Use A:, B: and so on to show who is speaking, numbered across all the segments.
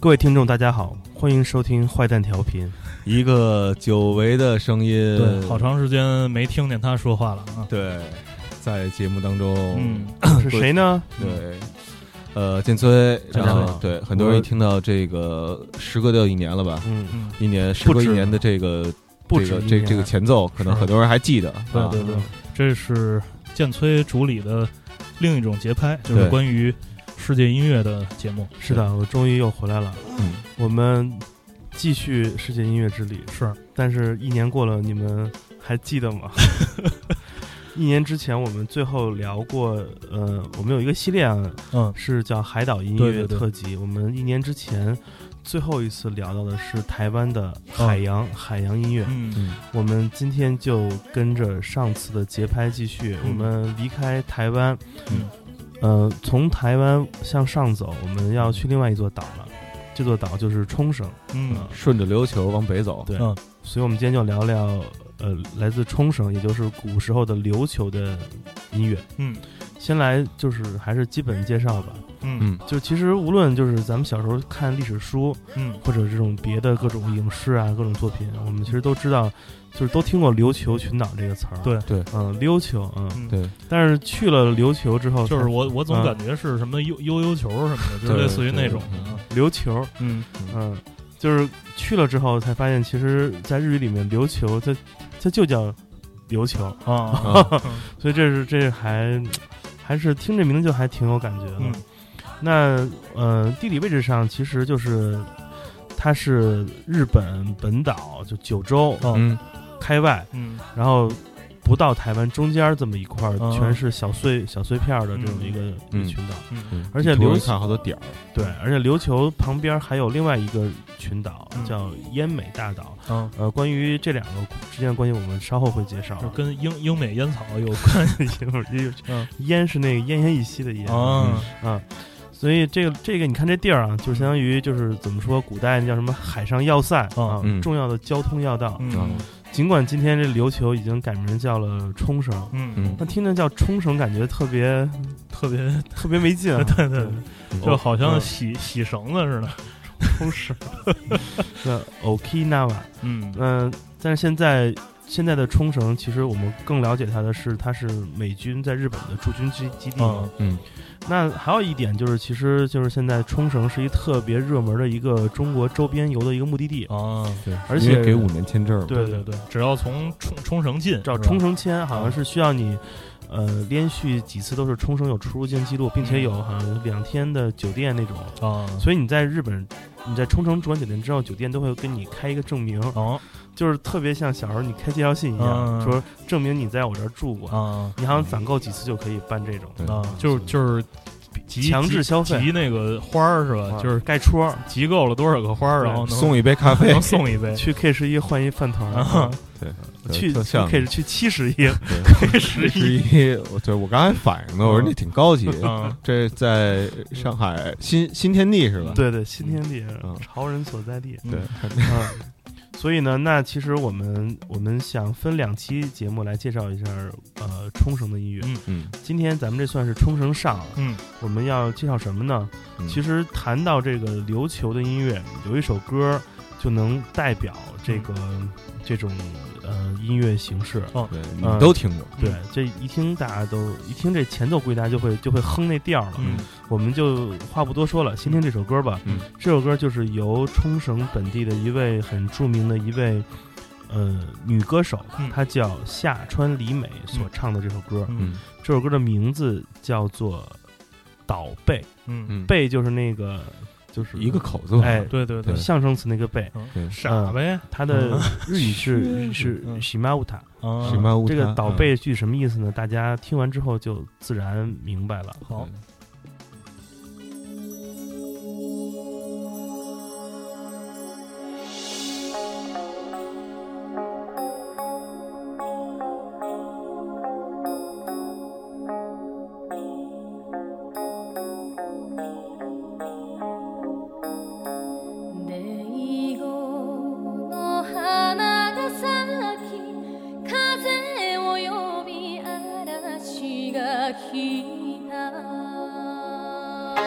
A: 各位听众，大家好，欢迎收听坏蛋调 频。
B: 一个久违的声音，
C: 对，好长时间没听见他说话了啊。
B: 对，在节目当中，
C: 嗯，
A: 是谁呢？
B: 对，呃，建崔，
C: 建崔
B: 然后对很多
A: 我
B: 人一听到这个，时隔掉一年了吧？
A: 嗯，
C: 嗯，
B: 一年，时隔一
A: 止
B: 年的这个
A: 不
B: 这
A: 止啊
B: 个
A: 一
B: 这
A: 年
B: 这个前奏，可能
A: 是
B: 很多人还记得。
C: 对
B: 啊
C: 对对， 这是剑崔主理的另一种节拍，就是
B: 对
C: 关于世界音乐的节目。
A: 是的，我终于又回来了。
B: 嗯，
A: 我们继续世界音乐之旅，
C: 是，
A: 但是一年过了，你们还记得 吗？一年之前，我们最后聊过，呃，我们有一个系列啊，
C: 嗯，
A: 是叫海岛音
C: 对
A: 乐
C: 对对
A: 特辑。我们一年之前最后一次聊到的是台湾的
B: 哦
A: 海洋、海洋音乐。
C: 嗯，
B: 嗯
A: 我们今天就跟着上次的节拍继续，
C: 嗯
A: 我们离开台湾，
C: 嗯，
A: 呃，从台湾向上走，我们要去另外一座岛了，这座岛就是冲绳，
C: 嗯，
B: 顺着琉球往北走，
A: 对
C: 嗯，
A: 所以我们今天就聊聊，呃，来自冲绳，也就是古时候的琉球的音乐。
C: 嗯，
A: 先来就是还是基本介绍吧，
C: 嗯，
B: 嗯，
A: 就其实无论就是咱们小时候看历史书，
C: 嗯，
A: 或者这种别的各种影视啊，各种作品，我们其实都知道，就是都听过琉球群岛这个词儿。
C: 对
B: 对，
A: 嗯，琉球，嗯，
C: 嗯，
B: 对，
A: 但是去了琉球之后，
C: 就是我我总
A: 嗯
C: 感觉是什么悠悠悠球什么的，就是
B: 对
C: 类似于那
B: 对
C: 种的啊。
A: 琉球，
C: 嗯，
A: 嗯，就是去了之后才发现，其实，在日语里面，琉球它它就叫琉球，
C: 啊，
B: 啊
A: 所以这是这是还还是听这名字就还挺有感觉的。
C: 嗯
A: 那呃，地理位置上其实就是它是日本本岛，就九州、
C: 哦
B: 嗯，
A: 开外，
C: 嗯，
A: 然后。不到台湾中间这么一块儿，
C: 哦
A: 全是小碎小碎片儿的这种一个、
B: 嗯
A: 群岛，
C: 嗯，
B: 嗯
A: 而且
B: 地图
A: 琉
B: 上
A: 球
B: 看好多点儿，
A: 对，而且琉球旁边还有另外一个群岛
C: 嗯
A: 叫奄美大岛。
C: 嗯，
A: 呃，关于这两个之间的关系，我们稍后会介绍。
C: 啊就跟英英美烟草 有关系
A: 一会儿一会儿
C: 嗯
A: 奄是那个奄奄一息的奄
C: 啊。
A: 啊。所以这个这个，你看这地儿啊，就相当于就是怎么说，古代那叫什么海上要塞啊，
B: 嗯
A: 重要的交通要道。
C: 哦嗯
A: 尽管今天这琉球已经改名叫了冲绳，
C: 嗯
B: 嗯，
A: 那听着叫冲绳，感觉特别
C: 特别
A: 特别没劲啊。
C: 对对对
B: 嗯
C: 就好像
A: 嗯
C: 洗洗绳子似的。
A: 冲绳，那 Okinawa。
C: 嗯
A: 嗯，但是现在现在的冲绳，其实我们更了解它的是，它是美军在日本的驻军基基地嘛。
C: 嗯
B: 嗯
A: 那还有一点就是，其实就是现在冲绳是一特别热门的一个中国周边游的一个目的地，
C: 啊，
B: 对，
A: 而
B: 因为
A: 且
B: 给五年签证嘛，
A: 对
C: 对对对，只要从冲冲绳进，
A: 找
C: 是吧
A: 冲绳签好像是需要你。呃，连续几次都是冲绳有出入境记录，并且
C: 嗯
A: 有好像两天的酒店那种，
C: 啊，
A: 所以你在日本，你在冲绳住完酒店之后，酒店都会给你开一个证明，
C: 哦
A: 就是特别像小时候你开介绍信一样，
C: 嗯
A: 说证明你在我这儿住过，
C: 啊
A: 你好像攒够几次就可以办这种嗯
B: 对
C: 啊，就是就是集
A: 强制消费，啊
C: 集那个花儿是吧？就是
A: 盖戳
C: 集够了多少个花儿，
A: 对
C: 然后能
B: 送一杯咖啡
C: 能，送一杯。
A: 去 K 十一换一饭团
C: 啊
A: 儿，
B: 对，
A: 去
B: 特像
A: K 去七十一，
B: 十一，我对我刚才反应呢，我说那挺高级，
C: 嗯
B: 这在上海新新天地是吧？
A: 对对，新天地
B: 嗯，
A: 潮人所在地，
C: 嗯
B: 对，
A: 啊。所以呢，那其实我们我们想分两期节目来介绍一下呃冲绳的音乐。
C: 嗯
B: 嗯
A: 今天咱们这算是冲绳上了，
C: 嗯
A: 我们要介绍什么呢？
B: 嗯
A: 其实谈到这个琉球的音乐，有一首歌就能代表这个、这种呃音乐形式。
B: 对，你
A: 嗯
B: 都听过，
A: 对，这一听大家都一听这前奏估计大家就会就会哼那调了。
C: 嗯
A: 我们就话不多说了，先听这首歌吧。
B: 嗯
A: 这首歌就是由冲绳本地的一位很著名的一位呃女歌手，
C: 嗯
A: 她叫夏川里美所唱的这首歌。
C: 嗯
B: 嗯
A: 这首歌的名字叫做《岛贝》，
C: 嗯，
B: 嗯，
A: 贝就是那个就是
B: 一个口字，
A: 哎
C: 对对对，
A: 象声词那个贝，
B: 对，
C: 傻呗
A: 它的日语是
C: 嗯
A: 是
C: 嗯
A: 喜马乌塔。
C: 啊
B: 什，么乌嗯
A: 这个
B: 塔
A: 岛贝句什么意思呢？大家听完之后就自然明白了。
C: 好，
B: 嗯
D: 迷子の花が咲き風を呼び嵐が来た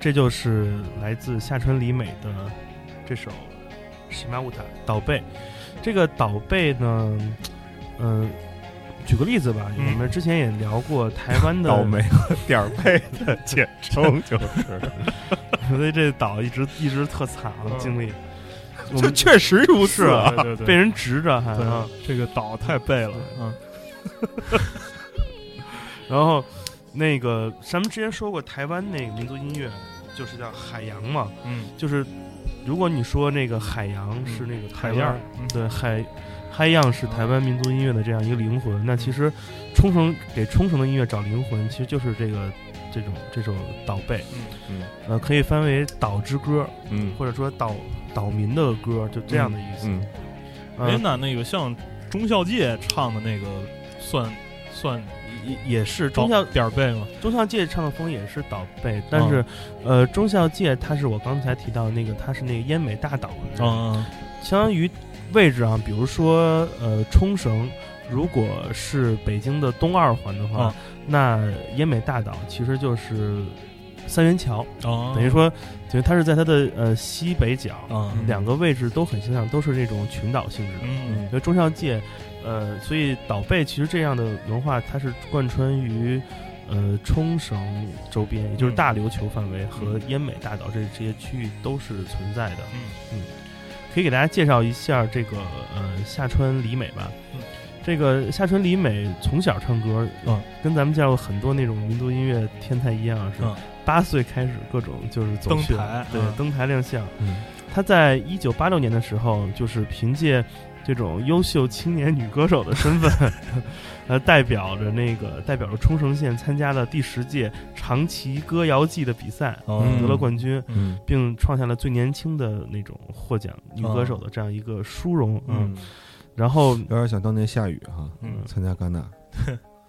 A: 这就是来自夏川里美的这首《喜马舞塔》岛贝。这个岛贝呢，嗯、举个例子吧，
C: 嗯
A: 我们之前也聊过台湾的
B: 倒霉和点儿背的简称就是，
A: 所以这岛一直一直特惨啊
C: 嗯，
A: 经历。我
B: 这
A: 们
B: 确实如此啊。
C: 对对对，
A: 被人直着还
C: 嗯对
A: 啊，
C: 这个岛太背了，嗯，
A: 然后那个咱们之前说过，台湾那个民族音乐就是叫海洋嘛，
C: 嗯，
A: 就是如果你说那个海洋是那个台
C: 海
A: 湾
C: 燕，，嗯
A: 对海嗨样是台湾民族音乐的这样一个灵魂，那其实冲绳给冲绳的音乐找灵魂，其实就是这个这种这首岛贝，
B: 嗯
A: 呃，可以翻为岛之歌，
B: 嗯
A: 或者说岛岛民的歌，就这样的意思。
B: 嗯，
A: 呃
C: 哎，那那个像中孝介唱的那个算算
A: 也也是中孝
C: 点儿背吗？
A: 中孝介唱的风也是岛贝，但是、呃，中孝介他是我刚才提到的那个，他是那个奄美大岛的人，
C: 嗯
A: 相当于位置啊，比如说呃冲绳，如果是北京的东二环的话，
C: 啊
A: 那奄美大岛其实就是三元桥，
C: 嗯，
A: 等于说，等于它是在它的呃西北角，
C: 啊，嗯
A: 两个位置都很相像，都是那种群岛性质的。
C: 嗯
A: 所以中孝界，呃，所以岛贝其实这样的文化，它是贯穿于呃冲绳周边，也就是
C: 嗯
A: 大琉球范围和奄美大岛这这些区域都是存在的。
C: 嗯
A: 可以给大家介绍一下这个呃夏川里美吧
C: 嗯。
A: 这个夏川里美从小唱歌，
C: 嗯，
A: 跟咱们见过很多那种民族音乐天才一样，是
C: 嗯
A: 八岁开始各种就是走
C: 登
A: 穴
C: 台
A: 对
C: 嗯，
A: 登台亮相。
B: 嗯，
A: 她在一九八六年的时候，就是凭借这种优秀青年女歌手的身份， 呃，代表着那个代表着冲绳县参加了第十届长崎歌谣季的比赛，
C: 哦
A: 得了冠军。
B: 嗯
A: 并创下了最年轻的那种获奖女歌手的这样一个殊荣，
B: 嗯，
A: 然后
B: 有点想当年夏雨哈，
C: 嗯
B: 参加戛纳，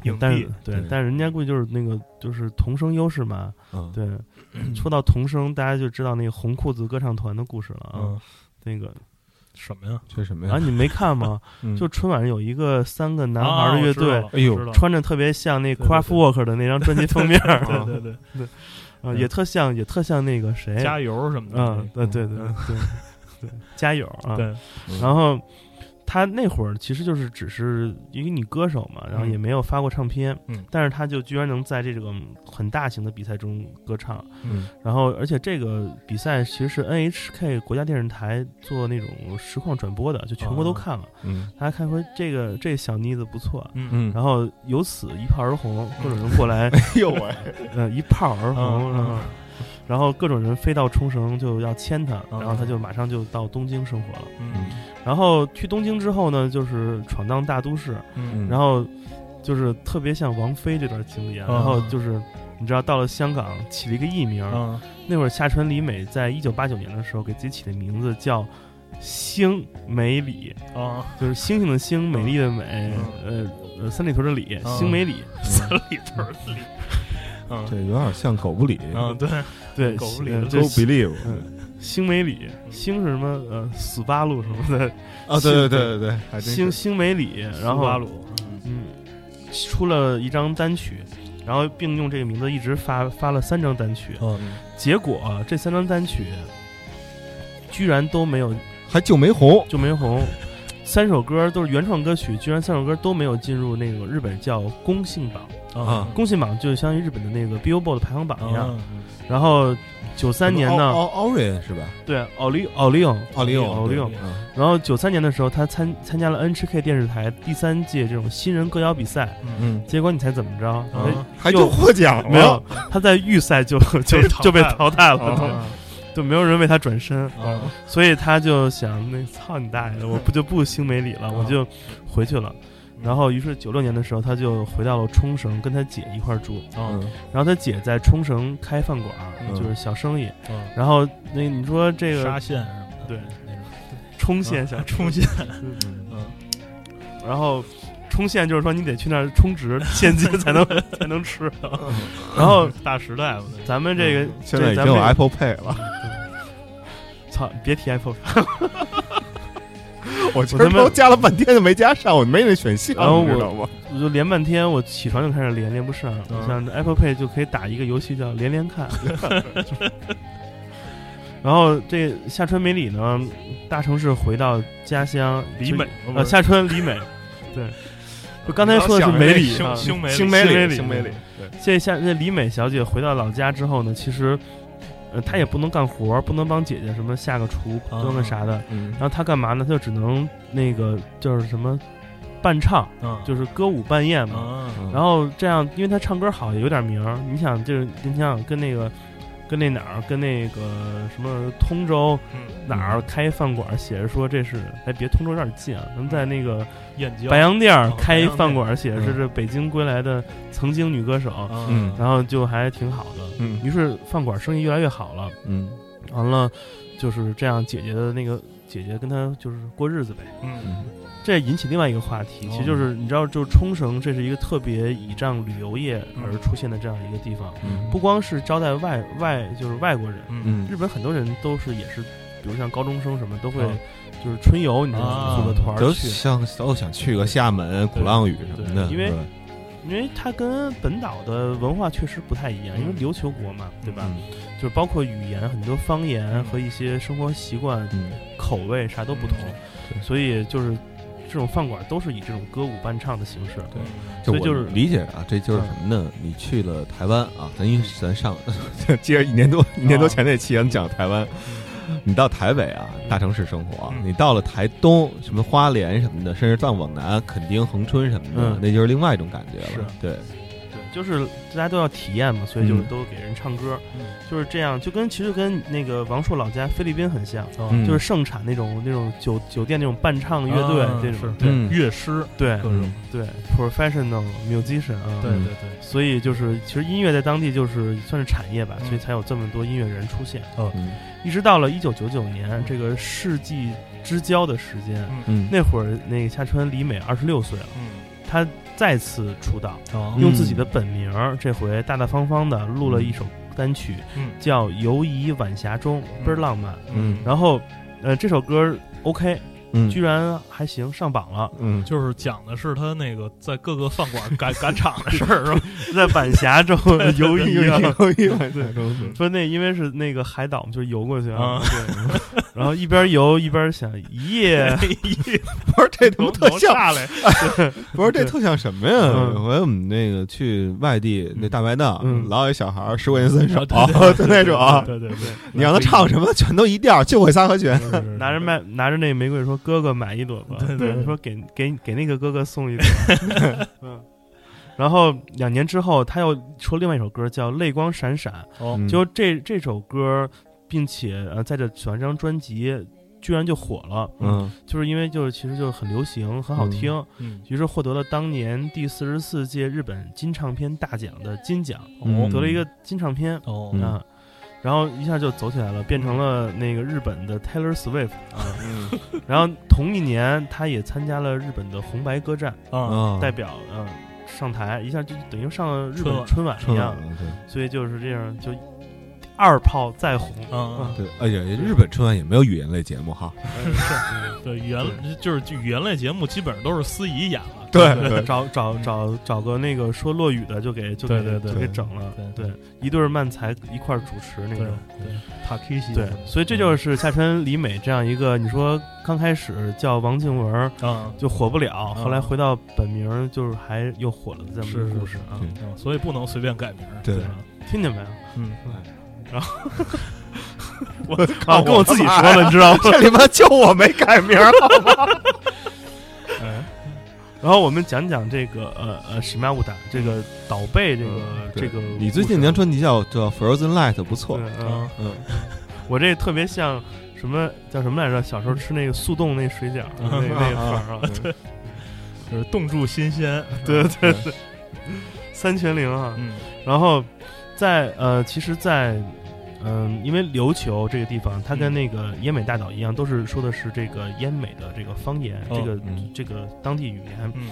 C: 影
A: 但
C: 帝
A: 是，对
B: 对，
A: 但是人家估计就是那个就是童声优势嘛，
B: 嗯，
A: 对，说到童声，大家就知道那个红裤子歌唱团的故事了啊，
C: 嗯，
A: 那个
C: 什么呀？
B: 这什么
A: 啊
B: 呀？
A: 你没看 吗？
B: 嗯
A: 就春晚有一个三个男
C: 啊
A: 孩的乐队，
B: 哎呦
C: 穿
A: 穿着特别像那
C: 对对对
A: Kraftwerk 的那张专辑封面儿，嗯
C: 对 对对，
A: 啊，也特像也特像那个谁，
C: 加油什么的，
A: 哎嗯，对对对
C: 嗯
A: 对对， 加油啊！
C: 对，
B: 嗯
A: 然后他那会儿其实就是只是一个女歌手嘛，然后也没有发过唱片，
C: 嗯
A: 但是她就居然能在这种很大型的比赛中歌唱，
B: 嗯
A: 然后而且这个比赛其实是 NHK 国家电视台做那种实况转播的，就全
C: 哦
A: 国都看了，
B: 嗯
A: 大家看说这个这小妮子不错。
C: 嗯
B: 嗯，
A: 然后由此一炮而红，各种人过 来，
B: 哎呦喂，
A: 呃，一炮而红，
C: 嗯
A: 然后
C: 嗯，
A: 然后各种人飞到冲绳就要签她，
C: 嗯
A: 然后她就马上就到东京生活了。
C: 嗯
A: 然后去东京之后呢，就是闯荡大都市，
C: 嗯
A: 然后就是特别像王菲这段经历啊。
C: 嗯
A: 然后就是你知道到了香港起了一个艺名，
C: 嗯
A: 那会儿夏川里美在一九八九年的时候给自己起的名字叫星美里，
C: 啊，
A: 就是星星的星，美丽的美，呃呃三里屯的里，
C: 嗯
A: 星美里。
C: 三里
A: 嗯
C: 屯里，嗯
B: 这有点像狗不理，
C: 嗯，对，
A: 对，
C: 狗嗯不理
A: 呃
C: 的
A: 这
B: Go believe
A: 嗯星美里，星是什么？呃，死八路什么的，
B: 啊，对对对对对，还真
A: 星
B: 是
A: 星美里，然后
C: 苏巴鲁，
A: 嗯，出了一张单曲，然后并用这个名字一直发发了三张单曲，
C: 嗯
A: 结果、这三张单曲居然都没有
B: 还就没红，
A: 就没红，三首歌都是原创歌曲，居然三首歌都没有进入那个日本叫公信榜，
B: 啊
A: 公信榜就相当于日本的那个 Billboard 排行榜一样。
C: 嗯
A: 然后九三年呢，
B: 奥奥瑞是吧？
A: 对奥利奥利奥
B: 奥利
A: 奥利奥
B: 对，嗯
A: 然后九三年的时候，他参参加了 NHK 电视台第三届这种新人歌谣比赛，
C: 嗯
B: 嗯，
A: 结果你猜怎么着？哎
C: 啊
B: 还就获奖了，
A: 没有，他在预赛就 就
C: 被淘汰
A: 就被淘汰了，
C: 了
A: 都
C: 啊
A: 就没有人为他转身，
C: 啊
A: 所以他就想那操你大爷 的，我不就不兴美
C: 啊
A: 里了，我就回去了。然后，于是九六年的时候，他就回到了冲绳，跟他姐一块儿住。
C: 啊
B: 嗯，
A: 然后他姐在冲绳开饭馆儿，
C: 嗯
A: 就是小生意。
C: 啊，
A: 然后那你说这
C: 沙
A: 个
C: 县什么的，
A: 对
C: 那种
A: 冲线小
C: 啊冲线，
B: 嗯
C: 嗯
A: 然后冲线就是说你得去那儿充值 现金才能才能吃。然后
C: 嗯大时代嘛，嗯那
A: 咱们这个
B: 嗯现在
A: 这
B: 已经
A: 咱们这
B: 有
A: 个
B: Apple Pay 了，
A: 操，别提 Apple，
B: 我今
A: 我
B: 儿
A: 他妈
B: 都加了半天就没加上，我没那选项，
A: 然后我
B: 你知道吗？
A: 我就连半天，我起床就开始连连不上。
C: 嗯
A: 像 Apple Pay 就可以打一个游戏叫连连 看。 然后这夏川美里呢，大城市回到家乡
C: 李美
A: 啊，夏川里美，对，就刚才说的是美里啊，
C: 胸美
A: 星
B: 美
A: 里，
B: 里，星
A: 美
B: 里。，对，
A: 这夏这李美小姐回到老家之后呢，其实，呃，她也不能干活，不能帮姐姐什么下个厨、
C: 啊
A: 端个啥的。
B: 嗯
A: 然，后她干嘛呢？她就只能那个就是什么伴唱，
C: 嗯，
A: 就是歌舞伴宴嘛。
C: 啊，
B: 嗯
A: 然后这样，因为她唱歌好，也有点名儿。你想，就是你想跟那个，跟那哪儿，跟那个什么通州
C: 嗯，
A: 哪儿开饭馆，写着说这是，哎，别通州有点近啊，咱们在那个
C: 燕郊
A: 白洋淀儿
C: 嗯哦
A: 开一饭
C: 白
A: 馆，写着是这北京归来的曾经女歌手，
C: 嗯
B: 嗯
A: 然后就还挺好的。
B: 嗯
A: 于是饭馆生意越来越好了，
B: 嗯
A: 完了就是这样，姐姐的那个姐姐跟她就是过日子呗。
C: 嗯
B: 嗯
A: 这引起另外一个话题，
C: 哦
A: 其实就是你知道，就是冲绳这是一个特别倚仗旅游业
C: 嗯
A: 而出现的这样一个地方，
B: 嗯
A: 不光是招待外外就是外国人，
C: 嗯
B: 嗯
A: 日本很多人都是也是，比如像高中生什么都会
C: 嗯
A: 就是春游，你知道
C: 啊
A: 吗组个团
B: 都
A: 儿去，
B: 想都想去个厦门、鼓浪屿什么的，
A: 对因为
B: 是吧
A: 因为它跟本岛的文化确实不太一样，因为
C: 嗯
A: 琉球国嘛，对吧？
B: 嗯
A: 就是包括语言、很多方
C: 嗯
A: 言和一些生活习惯、
B: 嗯
A: 口味啥都不同，
C: 嗯
B: 对
A: 所以就是这种饭馆都是以这种歌舞伴唱的形式。
B: 就
A: 所以
B: 我
A: 就是嗯
B: 理解啊，这就是什么呢？你去了台湾啊，咱一咱上 接着一年多一年
A: 哦
B: 多前那期咱们讲台湾，你到台北啊，大城市生活啊，
C: 嗯
B: 你到了台东什么花莲什么的，甚至再往南垦丁、恒春什么的
A: 嗯，
B: 那就是另外一种感觉
A: 是
B: 了。对，
A: 对，就是大家都要体验嘛，所以就是
B: 嗯
A: 都给人唱歌，
C: 嗯
A: 就是这样，就跟其实跟那个王朔老家菲律宾很像，
B: 嗯
A: 就是盛产那种那种酒酒店那种伴唱嗯乐队、
C: 啊
A: 这种
C: 是，对
B: 嗯嗯
C: 乐师
A: 对
C: 各种，
A: 对，professional musician 啊，
C: 对对对，
A: 所以就是，其实音乐在当地就是算是产业吧，
C: 嗯
A: 所以才有这么多音乐人出现。
B: 嗯
A: 一直到了一九九九年这个世纪之交的时间，
B: 嗯，
A: 那会儿那个夏川里美二十六岁了，
C: 嗯，
A: 她再次出道，
B: 嗯
C: 哦
A: 用自己的本名儿，这回大大方方的录了一首单曲，
C: 嗯
A: 叫《游移晚霞中》，倍儿浪漫。
B: 嗯
A: 然后，呃，这首歌儿 OK，
B: 嗯
A: 居然还行，上榜了，
B: 嗯
C: 就是讲的是他那个在各个饭馆 赶赶场的事儿，是吧？
A: 在晚霞中游移啊。
B: 一晚
A: 说那因为是那个海岛嘛，就是游过去
C: 啊
A: 对。然后一边游一边想一夜
B: 不是这他妈
C: 从
B: 特
C: 头
B: 像
C: 下来，
B: 不是这特像什么呀？
A: 嗯
B: 有回我们那个去外地那大排档，
A: 嗯
B: 老有一小孩儿十块钱三首，
C: 啊
B: 就那种啊，
C: 对对对，
B: 你让他唱什么全都一调，就会三和弦。
A: 拿着麦拿着那玫瑰说：“哥哥买一朵吧。”
C: 对对对
A: 说给给给那个哥哥送一 朵。嗯。然后两年之后，他又出另外一首歌叫《泪光闪闪》，
C: 哦，
B: 嗯
A: 就这这首歌，并且呃，在这选这张专辑居然就火了，
B: 嗯
A: 就是因为就是其实就是很流行，很好听，
C: 嗯，
A: 于是获得了当年第四十四届日本金唱片大奖的金奖，
B: 嗯
A: 得了一个金唱片
C: 哦，
B: 嗯
A: 啊，然后一下就走起来了，变成了那个日本的 Taylor Swift 啊。
B: 嗯
A: 然后同一年，他也参加了日本的红白歌战，
C: 啊，
B: 啊
A: 代表嗯、上台，一下就等于上了日
C: 春
A: 本
C: 晚
A: 春晚一
B: 春晚
A: 样，
B: 了
A: 所以就是这样就二炮再红。啊
C: 嗯，
B: 对对，而且日本春晚也没有语言类节目哈。
C: 对，语言就是语言类节目基本上都是司仪演了，
B: 对，
A: 找找找找个那个说落语的就给就给
C: 对对对
A: 就给整了，
C: 对嗯
A: 对，一对儿慢才一块儿主持那
C: 对
A: 种。
C: 对，塔 K 西
A: 对，所以这就是夏川里美这样一个，你说刚开始叫王静文儿
C: 啊，
A: 就火不了，
C: 嗯
A: 后来回到本名儿就是还又火了的这么一
C: 是
A: 个
C: 是
A: 故事啊，
B: 是
C: 嗯所以不能随便改名儿，
B: 对
C: 吧
A: 听见没有？
C: 嗯，
B: 我哎
A: 啊，跟我自己说了，你知道吗？
B: 这里边就我没改名儿。
C: 哎，
A: 然后我们讲讲这个呃呃史迈乌达这个倒背这个这个故事，
B: 嗯你最近那张专辑叫叫《Frozen Light》，不错。
A: 对嗯
C: 啊，
B: 嗯，
A: 我这特别像什么叫什么来着？小时候吃那个速冻那水 饺那那个粉儿啊，
B: 对
C: 就是冻住新鲜，
A: 对对
B: 对
A: 对，三全零啊，
C: 嗯
A: 然后在呃，其实在，嗯，因为琉球这个地方，它跟
C: 嗯
A: 那个奄美大岛一样，都是说的是这个奄美的这个方言，
C: 哦
A: 这个、
B: 嗯
A: 这个当地语言。
C: 嗯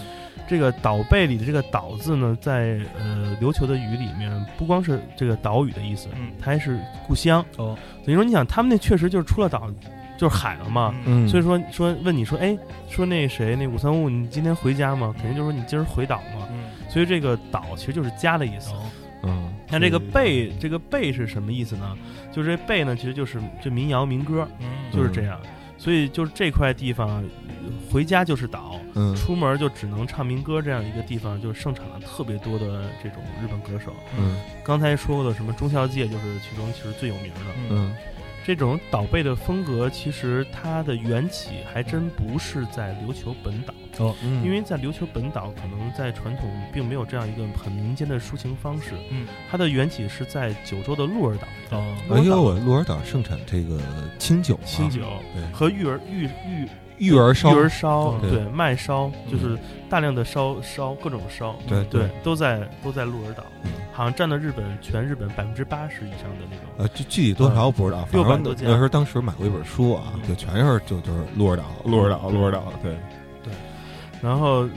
A: 这个岛背里的这个岛字呢，在呃琉球的语里面，不光是这个岛屿的意思，
C: 嗯，
A: 它还是故乡。
C: 哦，
A: 等于说，你想他们那确实就是出了岛。就是海了嘛。
B: 嗯，
A: 所以说说问你说，哎，说那谁那五三五，你今天回家吗？肯定就说你今儿回岛嘛。
C: 嗯，
A: 所以这个岛其实就是家的意
C: 哦
A: 思。
B: 嗯，
A: 那这个贝，这个贝是什么意思呢？就是这贝呢，其实就是这民谣民歌，
C: 嗯
A: 就是这样。所以就是这块地方，回家就是岛，
B: 嗯
A: 出门就只能唱民歌这样一个地方，就盛产了特别多的这种日本歌手。
B: 嗯
A: 刚才说过的什么中孝介，就是其中其实最有名的。
B: 嗯
A: 这种岛贝的风格，其实它的缘起还真不是在琉球本岛，
B: 嗯，
A: 因为在琉球本岛可能在传统并没有这样一个很民间的抒情方式。
C: 嗯，
A: 它的缘起是在九州的鹿儿岛。
C: 哦，
B: 哎呦，我鹿儿岛盛产这个清酒啊，
A: 清酒
B: 对
A: 和玉儿玉玉
B: 玉儿烧
A: 玉，儿烧，
B: 对
A: 对麦烧，
B: 嗯
A: 就是大量的烧烧各种烧，
B: 对
A: 对，，都在都在鹿儿岛
B: 嗯，
A: 好像占了日本全日本百分之八十以上的那种。
B: 呃，具具体多少我不知道，反
A: 六百
B: 正
A: 多
B: 那
A: 家
B: 那时候当时买过一本书啊，
A: 嗯
B: 就全是就就是鹿儿岛，嗯鹿儿岛，鹿儿岛，对，
A: 然后，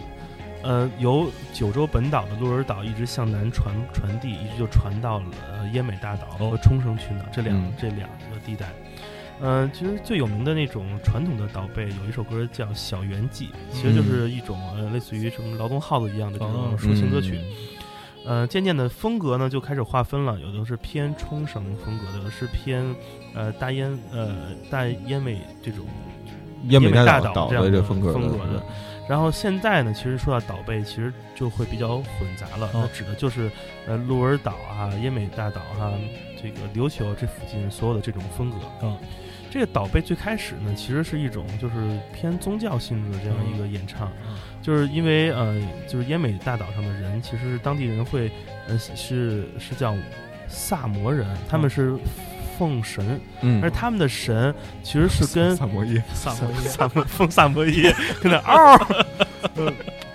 A: 呃，由九州本岛的鹿儿岛一直向南传传递，一直就传到了呃奄美大岛和冲绳群岛这两、
B: 嗯
A: 这两个地带。嗯，其实最有名的那种传统的岛贝有一首歌叫《小圆记》，其实就是一种、呃类似于什么劳动号子一样的这种
C: 哦
A: 抒情歌曲。呃，渐渐的风格呢就开始划分了，有的是偏冲绳风格的，有的是偏呃大烟呃大奄美这种
B: 嗯，奄美
A: 大
B: 岛
A: 岛这
B: 的
A: 样
B: 这
A: 的
B: 风格
A: 风格的，然后现在呢，其实说到岛贝，其实就会比较混杂了。
C: 哦
A: 那指的就是呃鹿儿岛啊、奄美大岛哈、这个琉球这附近所有的这种风格。
C: 嗯，
A: 这个岛贝最开始呢，其实是一种就是偏宗教性质的这样一个演唱，
C: 嗯
A: 就是因为呃，就是奄美大岛上的人其实是当地人会呃是是叫萨摩人，他们是奉神，
B: 嗯，
A: 而他们的神其实是 跟
B: 萨摩耶，
C: 萨摩耶，
A: 萨摩风萨摩耶，跟那嗷，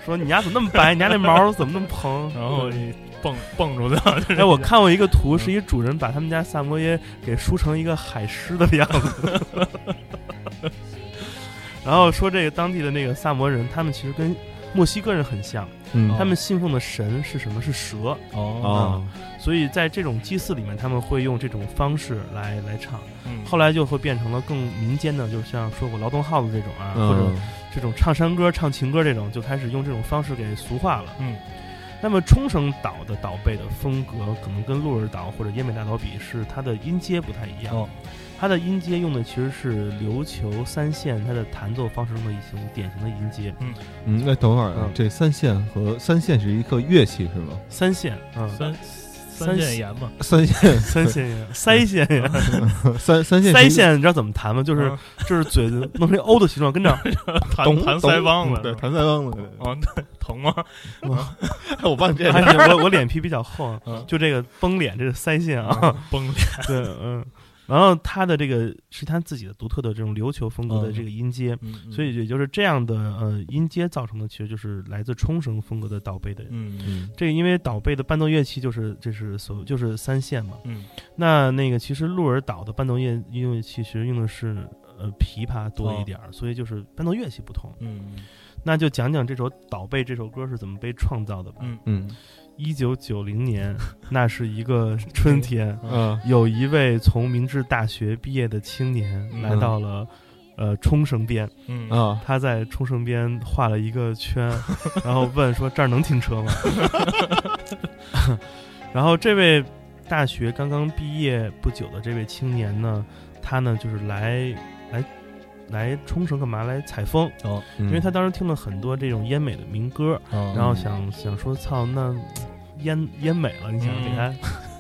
A: 说你牙怎么那么白？你牙那毛怎么那么蓬？
C: 然后你蹦蹦出去了，
A: 哎，我看过一个图，是一主人把他们家萨摩耶给梳成一个海狮的样子。 然后说这个当地的那个萨摩人，他们其实跟墨西哥人很像，
B: 嗯，
A: 他们信奉的神是什么？是蛇。
C: 哦，
B: 哦，
A: 所以在这种祭祀里面，他们会用这种方式来来唱。
C: 嗯
A: 后来就会变成了更民间的，就是像说过劳动号子这种啊，或者
B: 嗯，
A: 这种唱山歌、唱情歌这种，就开始用这种方式给俗化了。
C: 嗯，
A: 那么冲绳岛的岛贝的风格可能跟鹿儿岛或者奄美大岛比，是它的音阶不太一样。
C: 哦
A: 它的音阶用的其实是琉球三线它的弹奏方式中的一种典型的音阶。
B: 嗯，那等会儿啊
A: 嗯
B: 这三线和三线是一个乐器是吗？
A: 三线，嗯，
C: 三三
A: 三
C: 线盐嘛，
B: 三线，
A: 三线呀，腮线呀，
B: 三三线，
A: 腮，线，你知道怎么弹吗？就是
C: 嗯
A: 就是嘴弄成一 O 的形状，跟这儿
C: 弹
B: 咚
C: 弹腮帮
B: 嗯咚对，
C: 子，
B: 弹腮帮子对，对
A: 哦
C: 啊，对疼吗？啊哎
B: 对我帮你这
A: 而且我我脸皮比较厚啊
C: 嗯，
A: 就这个崩脸，这是腮线啊。
C: 崩脸，
A: 对，嗯。然后他的这个是他自己的独特的这种琉球风格的这个音阶，
C: 嗯
A: 所以也就是这样的呃音阶造成的，其实就是来自冲绳风格的岛贝的。
C: 嗯
B: 嗯
A: 这个因为岛贝的伴奏乐器就是这是所就是三线嘛，
C: 嗯
A: 那那个其实鹿儿岛的伴奏乐乐器其实用的是呃琵琶多
C: 哦
A: 一点儿，所以就是伴奏乐器不同。
C: 嗯
A: 那就讲讲这首岛贝这首歌是怎么被创造的吧。
C: 嗯
B: 嗯
A: 一九九零年， 那是一个春天，
B: 嗯
A: 有一位从明治大学毕业的青年
C: 嗯
A: 来到了。呃，冲绳边，
C: 嗯
B: 啊，
A: 他在冲绳边画了一个圈，然后问说：“这儿能停车吗？” 然后这位大学刚刚毕业不久的这位青年呢，他呢就是来来来冲绳干嘛？来采风，
C: 哦，
B: 因
A: 因为他当时听了很多这种奄美的民歌，然后想想说，操，那烟烟美了，你想
C: 嗯
A: 给他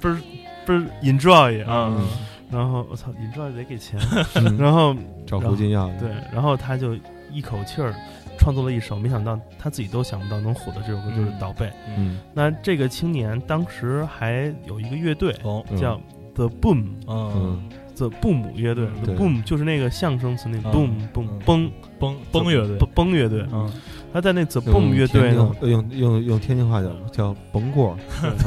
A: 倍儿倍儿 enjoy 啊，
B: 嗯
A: 然后我操，enjoy 得给 钱，
B: 嗯
A: 然后
B: 找胡金耀，
A: 对，然后他就一口气儿创作了一首，没想到他自己都想不到能火的这首歌就是《
C: 嗯
A: 倒背》。
B: 嗯，
A: 那这个青年当时还有一个乐队
C: 哦
B: 嗯
A: 叫 The Boom，The
C: 嗯
B: 嗯
A: Boom 乐队
C: 嗯
A: ，The
B: 对
A: Boom 就是那个相声词那
C: 嗯
A: boom
C: 嗯
A: boom 崩
C: 崩崩乐队，
A: 崩乐队。
C: 嗯
A: 他在那 The
B: 用
A: Boom 乐队呢，
B: 天津用用用天津话讲叫甭过儿，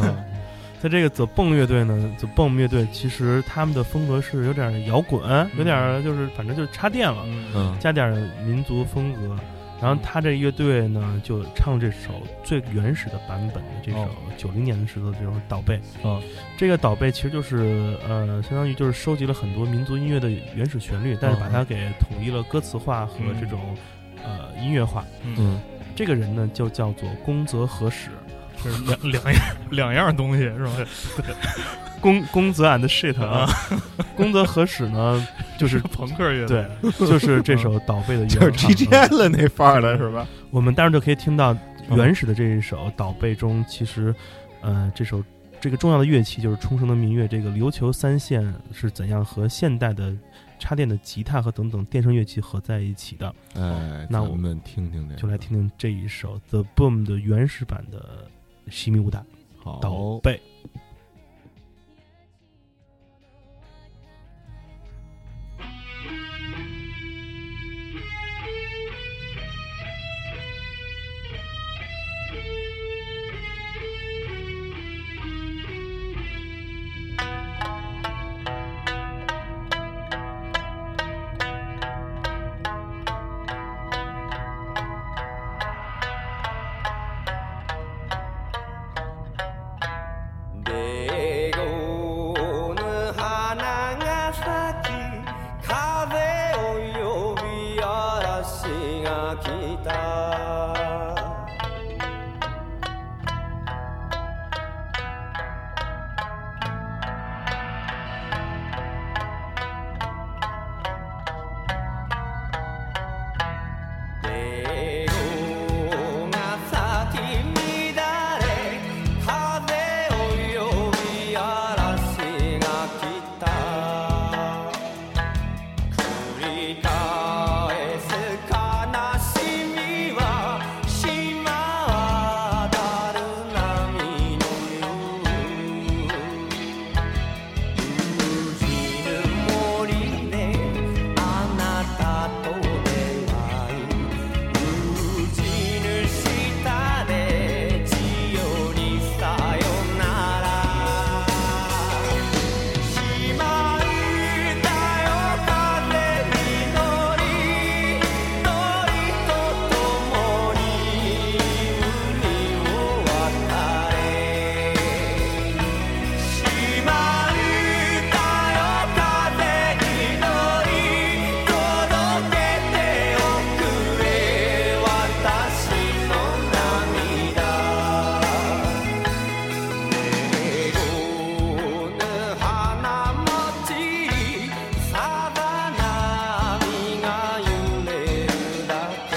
B: 啊
A: 在这个 The Boom 乐队呢，The Boom 乐队其实他们的风格是有 点摇滚，有点就是反正就是插电了，
C: 嗯
B: 嗯
A: 加点民族风格。然后他这乐队呢就唱这首最原始的版本的这首
C: 哦
A: 九零年的时候的这首《岛贝》
C: 哦
A: 这个《岛贝》其实就是呃，相当于就是收集了很多民族音乐的原始旋律，但
C: 哦
A: 是把它给统一了歌词化和这种、呃音乐化。
C: 嗯，
B: 嗯，
A: 这个人呢就叫做宫泽和史，
C: 是两两样两样东西是吧？
A: 宫宫泽 and shit 啊，宫泽和史呢就是
C: 朋克乐队
A: 对，就是这首《岛贝》的
B: 就
A: 原
B: 是
A: 唱。
B: G G
A: 嗯
B: L 那范儿了是吧？
A: 我们当时就可以听到
B: 嗯
A: 原始的这一首《岛贝》中，其实，呃，这首这个重要的乐器就是冲绳的民乐，这个琉球三线是怎样和现代的插电的吉他和等等电声乐器合在一起的。
B: 哎，
A: 那
B: 咱
A: 我
B: 们听听这个，
A: 就来听听这一首 The Boom 的原始版的西米舞蹈《岛
B: 好。嗯
A: 贝》。
E: レゴの花が咲き風を呼び嵐が来たレゴが咲き乱れ風を呼び嵐が来た繰り返す悲しみは島はたる波のよう「ぬ森であなたと出会い」「うちぬ下で千代にさよなら」「しまうたよ風に乗り」「鳥とともに海を渡れ」「しまるたよ風に乗り」「届けておくれ私の涙」「ねごぬ花もち」「さだ波が揺れるだけ」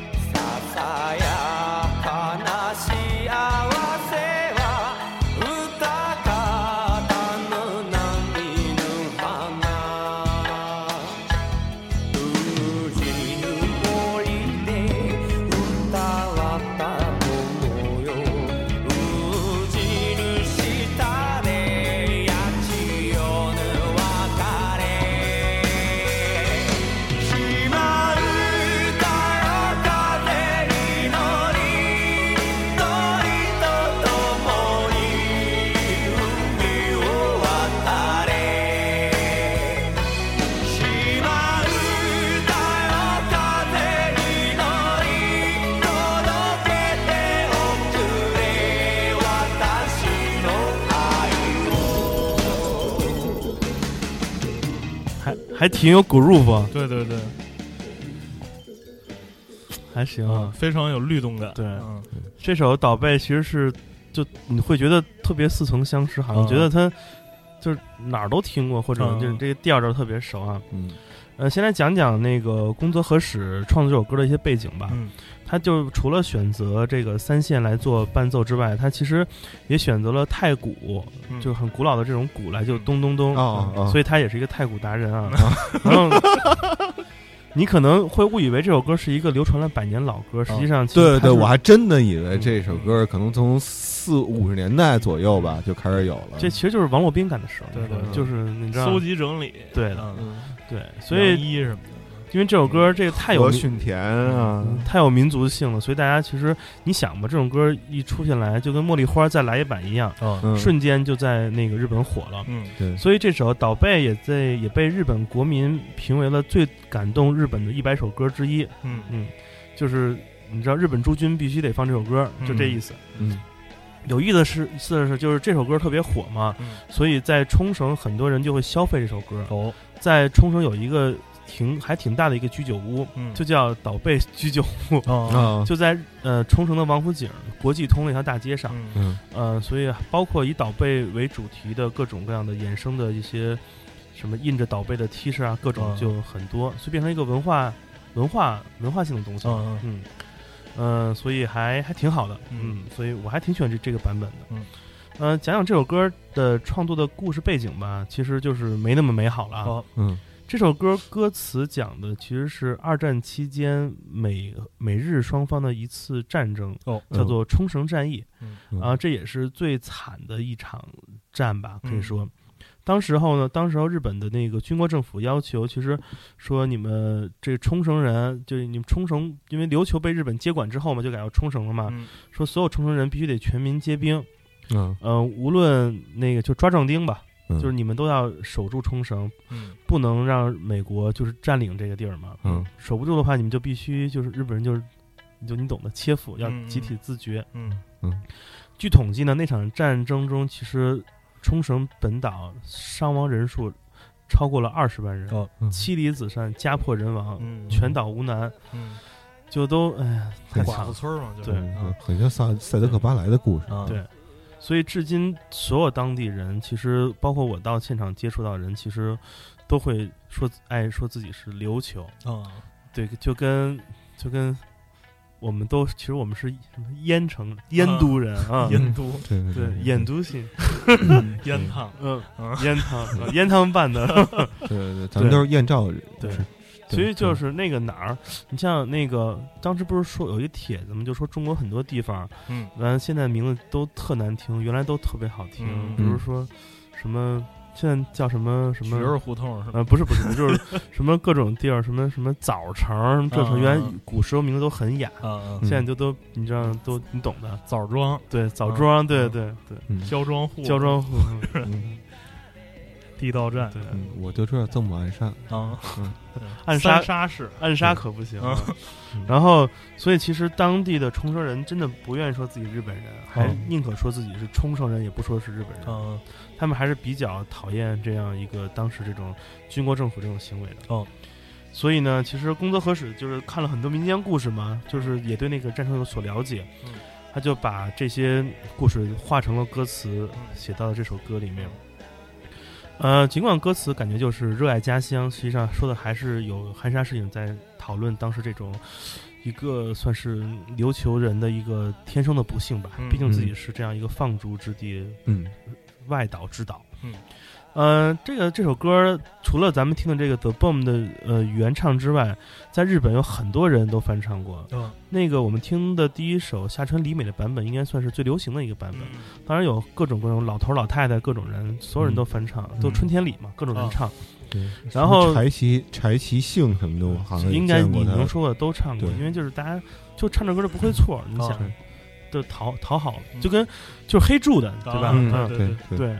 E: 「ささやかな幸せは歌かたぬ波の花」「うちぬ森で歌わったものよ」「うちぬ下でやちよぬ別れ」「しまうたよ風に乗り」「鳥とともに海を渡れ」「しまうたよ風に乗り」「届けておくれ私の愛を」
A: 还还挺有 groove，啊
C: 对对对，
A: 还行啊。
C: 嗯，非常有律动感。
A: 对
C: 嗯
A: 这首《岛贝》其实是就你会觉得特别似曾相识，好像
C: 嗯
A: 觉得他就是哪儿都听过，或者就是
C: 嗯
A: 这个调调特别熟啊。
B: 嗯，
A: 呃，先来讲讲那个宫泽和史创作这首歌的一些背景吧。
C: 嗯
A: 他就除了选择这个三线来做伴奏之外，他其实也选择了太鼓，
C: 嗯
A: 就很古老的这种鼓来，就咚咚咚。
B: 哦哦嗯
A: 所以他也是一个太鼓达人啊。 然后你可能会误以为这首歌是一个流传了百年老歌，实际上其实
B: 哦对
A: 它
B: 对，
A: 是
B: 我还真的以为这首歌可能从四五十年代左右吧就开始有了。
A: 这其实就是王洛宾干的事儿。
C: 对对
B: 对
A: 就是你知道，
C: 搜集整理，
A: 对的
C: 嗯，
A: 对，所以
C: 良医什么的，
A: 因为这首歌这个太有
B: 和
A: 民
B: 训田啊，
A: 嗯太有民族性了，所以大家其实你想吧，这种歌一出现来就跟《茉莉花再来一版》一样，
C: 哦，
B: 嗯
A: 瞬间就在那个日本火了。
C: 嗯
B: 对，
A: 所以这首《岛贝》也在也被日本国民评为了最感动日本的一百首歌之一。
C: 嗯
A: 嗯，就是你知道日本驻军必须得放这首歌，就这意思。
B: 嗯
A: 有意思的是，思的是就是这首歌特别火嘛，
C: 嗯
A: 所以在冲绳很多人就会消费这首歌。
C: 哦
A: 在冲绳有一个挺还挺大的一个居酒屋，
C: 嗯
A: 就叫岛贝居酒屋，
C: 哦
B: 啊，
A: 就在呃冲绳的王府井国际通那条大街上。
C: 嗯
B: 嗯
A: 呃，所以包括以岛贝为主题的各种各样的衍生的一些什么印着岛贝的 T 恤啊，各种
C: 嗯
A: 就很多，所以变成一个文化文化文化性的东西。
C: 嗯嗯
A: 嗯，呃，所以还还挺好的，
C: 嗯
A: 嗯，所以我还挺喜欢这这个版本的，
C: 嗯，
A: 呃，讲讲这首歌的创作的故事背景吧，其实就是没那么美好了啊。
C: 哦
B: 嗯
A: 这首歌歌词讲的其实是二战期间美美日双方的一次战争，
C: 哦
A: 叫做冲绳战役，
C: 嗯
B: 嗯
A: 啊，这也是最惨的一场战吧，可以
C: 嗯
A: 说。当时候呢，当时候日本的那个军国政府要求，其实说你们这冲绳人，就是你们冲绳，因为琉球被日本接管之后嘛，就改叫冲绳了嘛。
C: 嗯
A: 说所有冲绳人必须得全民皆兵，
B: 嗯
A: 呃，无论那个就抓壮丁吧，
B: 嗯
A: 就是你们都要守住冲绳，
C: 嗯
A: 不能让美国就是占领这个地儿嘛。
B: 嗯
A: 守不住的话，你们就必须就是日本人就是，就你懂的切腹，要
C: 嗯嗯
A: 集体自决。
C: 嗯
A: 据统计呢，那场战争中，其实冲绳本岛伤亡人数超过了二十万人，
C: 哦
B: 嗯
A: 妻离子散，家破人亡，
C: 嗯
A: 全岛无男，
C: 嗯
A: 就都哎呀太惨
C: 寡妇
A: 了。
C: 村儿嘛，就是
A: 对
B: 嗯，很像萨赛德克巴莱的故事，
C: 啊
A: 对所以至今，所有当地人，其实包括我到现场接触到的人，其实都会说爱说自己是琉球，
C: 啊
A: 对，就跟就跟我们都其实我们是什么燕城燕都人啊，
C: 烟都
B: 对
A: 对燕都姓，
C: 烟烫
A: 嗯
C: 啊，
A: 燕汤啊烟汤办的。
B: 对对，咱们都是艳照人，
A: 对
B: 是，
A: 所以就是那个哪儿，你像那个当时不是说有一帖子嘛，就说中国很多地方，
C: 嗯
A: 完了现在名字都特难听，原来都特别好听，
C: 嗯
A: 比如说什么现在叫什么什
C: 菊儿
A: 么。
C: 胡同是吧？
A: 呃，不是不是，就是什么各种地儿，什么什么枣城，什么这城，原来
C: 嗯
A: 古时候名字都很雅，
C: 啊啊
B: 啊嗯
A: 现在就都你知道都你懂的，
C: 枣庄、
A: 对，枣庄，对
C: 嗯
A: 对对，
B: 啊嗯
C: 焦庄户、
A: 焦庄 户，
B: 对，嗯
C: 地道战
A: 对，
B: 嗯我就知道曾母暗杀，
C: 啊
B: 嗯，
A: 暗杀
C: 三沙市
A: 暗杀可不行啊
C: 嗯。
A: 然后，所以其实当地的冲绳人真的不愿意说自己日本人，还
C: 嗯
A: 宁可说自己是冲绳人，也不说是日本人。
C: 啊
A: 他们还是比较讨厌这样一个当时这种军国政府这种行为的。
C: 哦，
A: 所以呢，其实宫泽和史就是看了很多民间故事嘛，就是也对那个战争有所了解，
C: 嗯
A: 他就把这些故事化成了歌词，写到了这首歌里面。
C: 嗯
A: 呃，尽管歌词感觉就是热爱家乡，实际上说的还是有含沙射影在讨论当时这种一个算是琉球人的一个天生的不幸吧，
C: 嗯
A: 毕竟自己是这样一个放逐之地，
B: 嗯
A: 外岛之岛。
C: 嗯，
A: 呃，这个这首歌除了咱们听的这个 The Bomb 的呃原唱之外，在日本有很多人都翻唱过。
C: 啊
A: 那个我们听的第一首下川里美的版本，应该算是最流行的一个版本。
C: 嗯
A: 当然有各种各种老头老太太，各种人，所有人都翻唱，
C: 嗯
A: 都春天里嘛，各种人
C: 哦
A: 唱，
B: 对，
A: 然后
B: 什么柴崎柴崎幸什么的，我好像
A: 应该
B: 见
A: 你
B: 过他
A: 能说的都唱过，
B: 对
A: 因为就是大家就唱这歌就不会错，你想
C: 啊
A: 就讨讨好，
C: 嗯
A: 就跟就是黑柱的对吧？
B: 嗯
A: 嗯，
C: 对
B: 对对，
A: 对。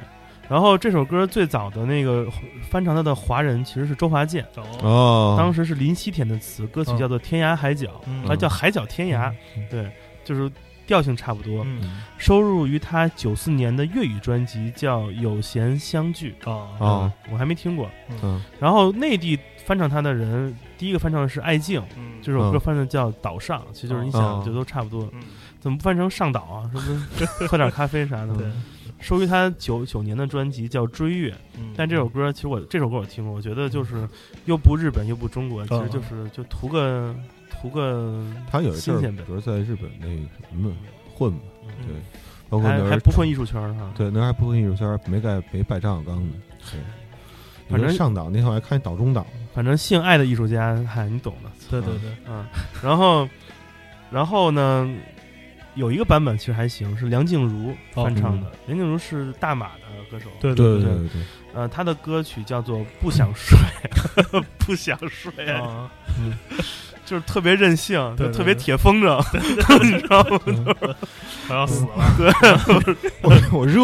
A: 然后这首歌最早的那个翻唱它的华人其实是周华健，
C: 哦
B: 哦，
A: 当时是林夕填的词，歌曲
C: 嗯
A: 叫做《天涯海角》，
C: 嗯
A: 啊叫《海角天涯》，对，就是调性差不多。
C: 嗯
A: 收入于他九四年的粤语专辑叫《有闲相聚》，
C: 啊
B: 哦，
A: 我还没听过。
B: 嗯
A: 然后内地翻唱他的人，第一个翻唱的是艾敬，
C: 嗯
A: 这首歌
B: 嗯
A: 翻的叫《岛上》，其实就是你想
B: 哦
A: 就都差不多，
C: 嗯
A: 怎么不翻成上岛啊？什么喝点咖啡啥
C: 对
A: 的。，收于他九九年的专辑叫《追月》，
C: 嗯
A: 但这首歌其实我这首歌我听过，我觉得就是又不日本又不中国，其实
C: 嗯
A: 就是就图个图个，
B: 他有一阵
A: 新鲜
B: 儿
A: 呗
B: 不是在日本那个什么混嘛，
A: 嗯
B: 对，包括
A: 还
B: 那
A: 还
B: 儿
A: 不混艺术圈儿哈。
B: 对，那还不混艺术圈儿，没盖没拜张小刚呢，对。
A: 反正
B: 你说上岛那天我还看见岛中岛，
A: 反正性爱的艺术
C: 嗯
A: 家，嗨，你懂的。
C: 对对对，
A: 嗯，然后，然后呢，有一个版本其实还行，是梁静茹
C: 哦
A: 翻唱的。梁静茹是大马的歌手，
C: 对
B: 对
C: 对
B: 对对，
A: 呃，她的歌曲叫做《不想 睡》，不想睡，
C: 啊，
A: 就是特别任性，
C: 对
A: 就
C: 对
A: 特别
C: 对嗯
A: 铁风 筝，你知道吗？
C: 我要死 了，
B: 我我热，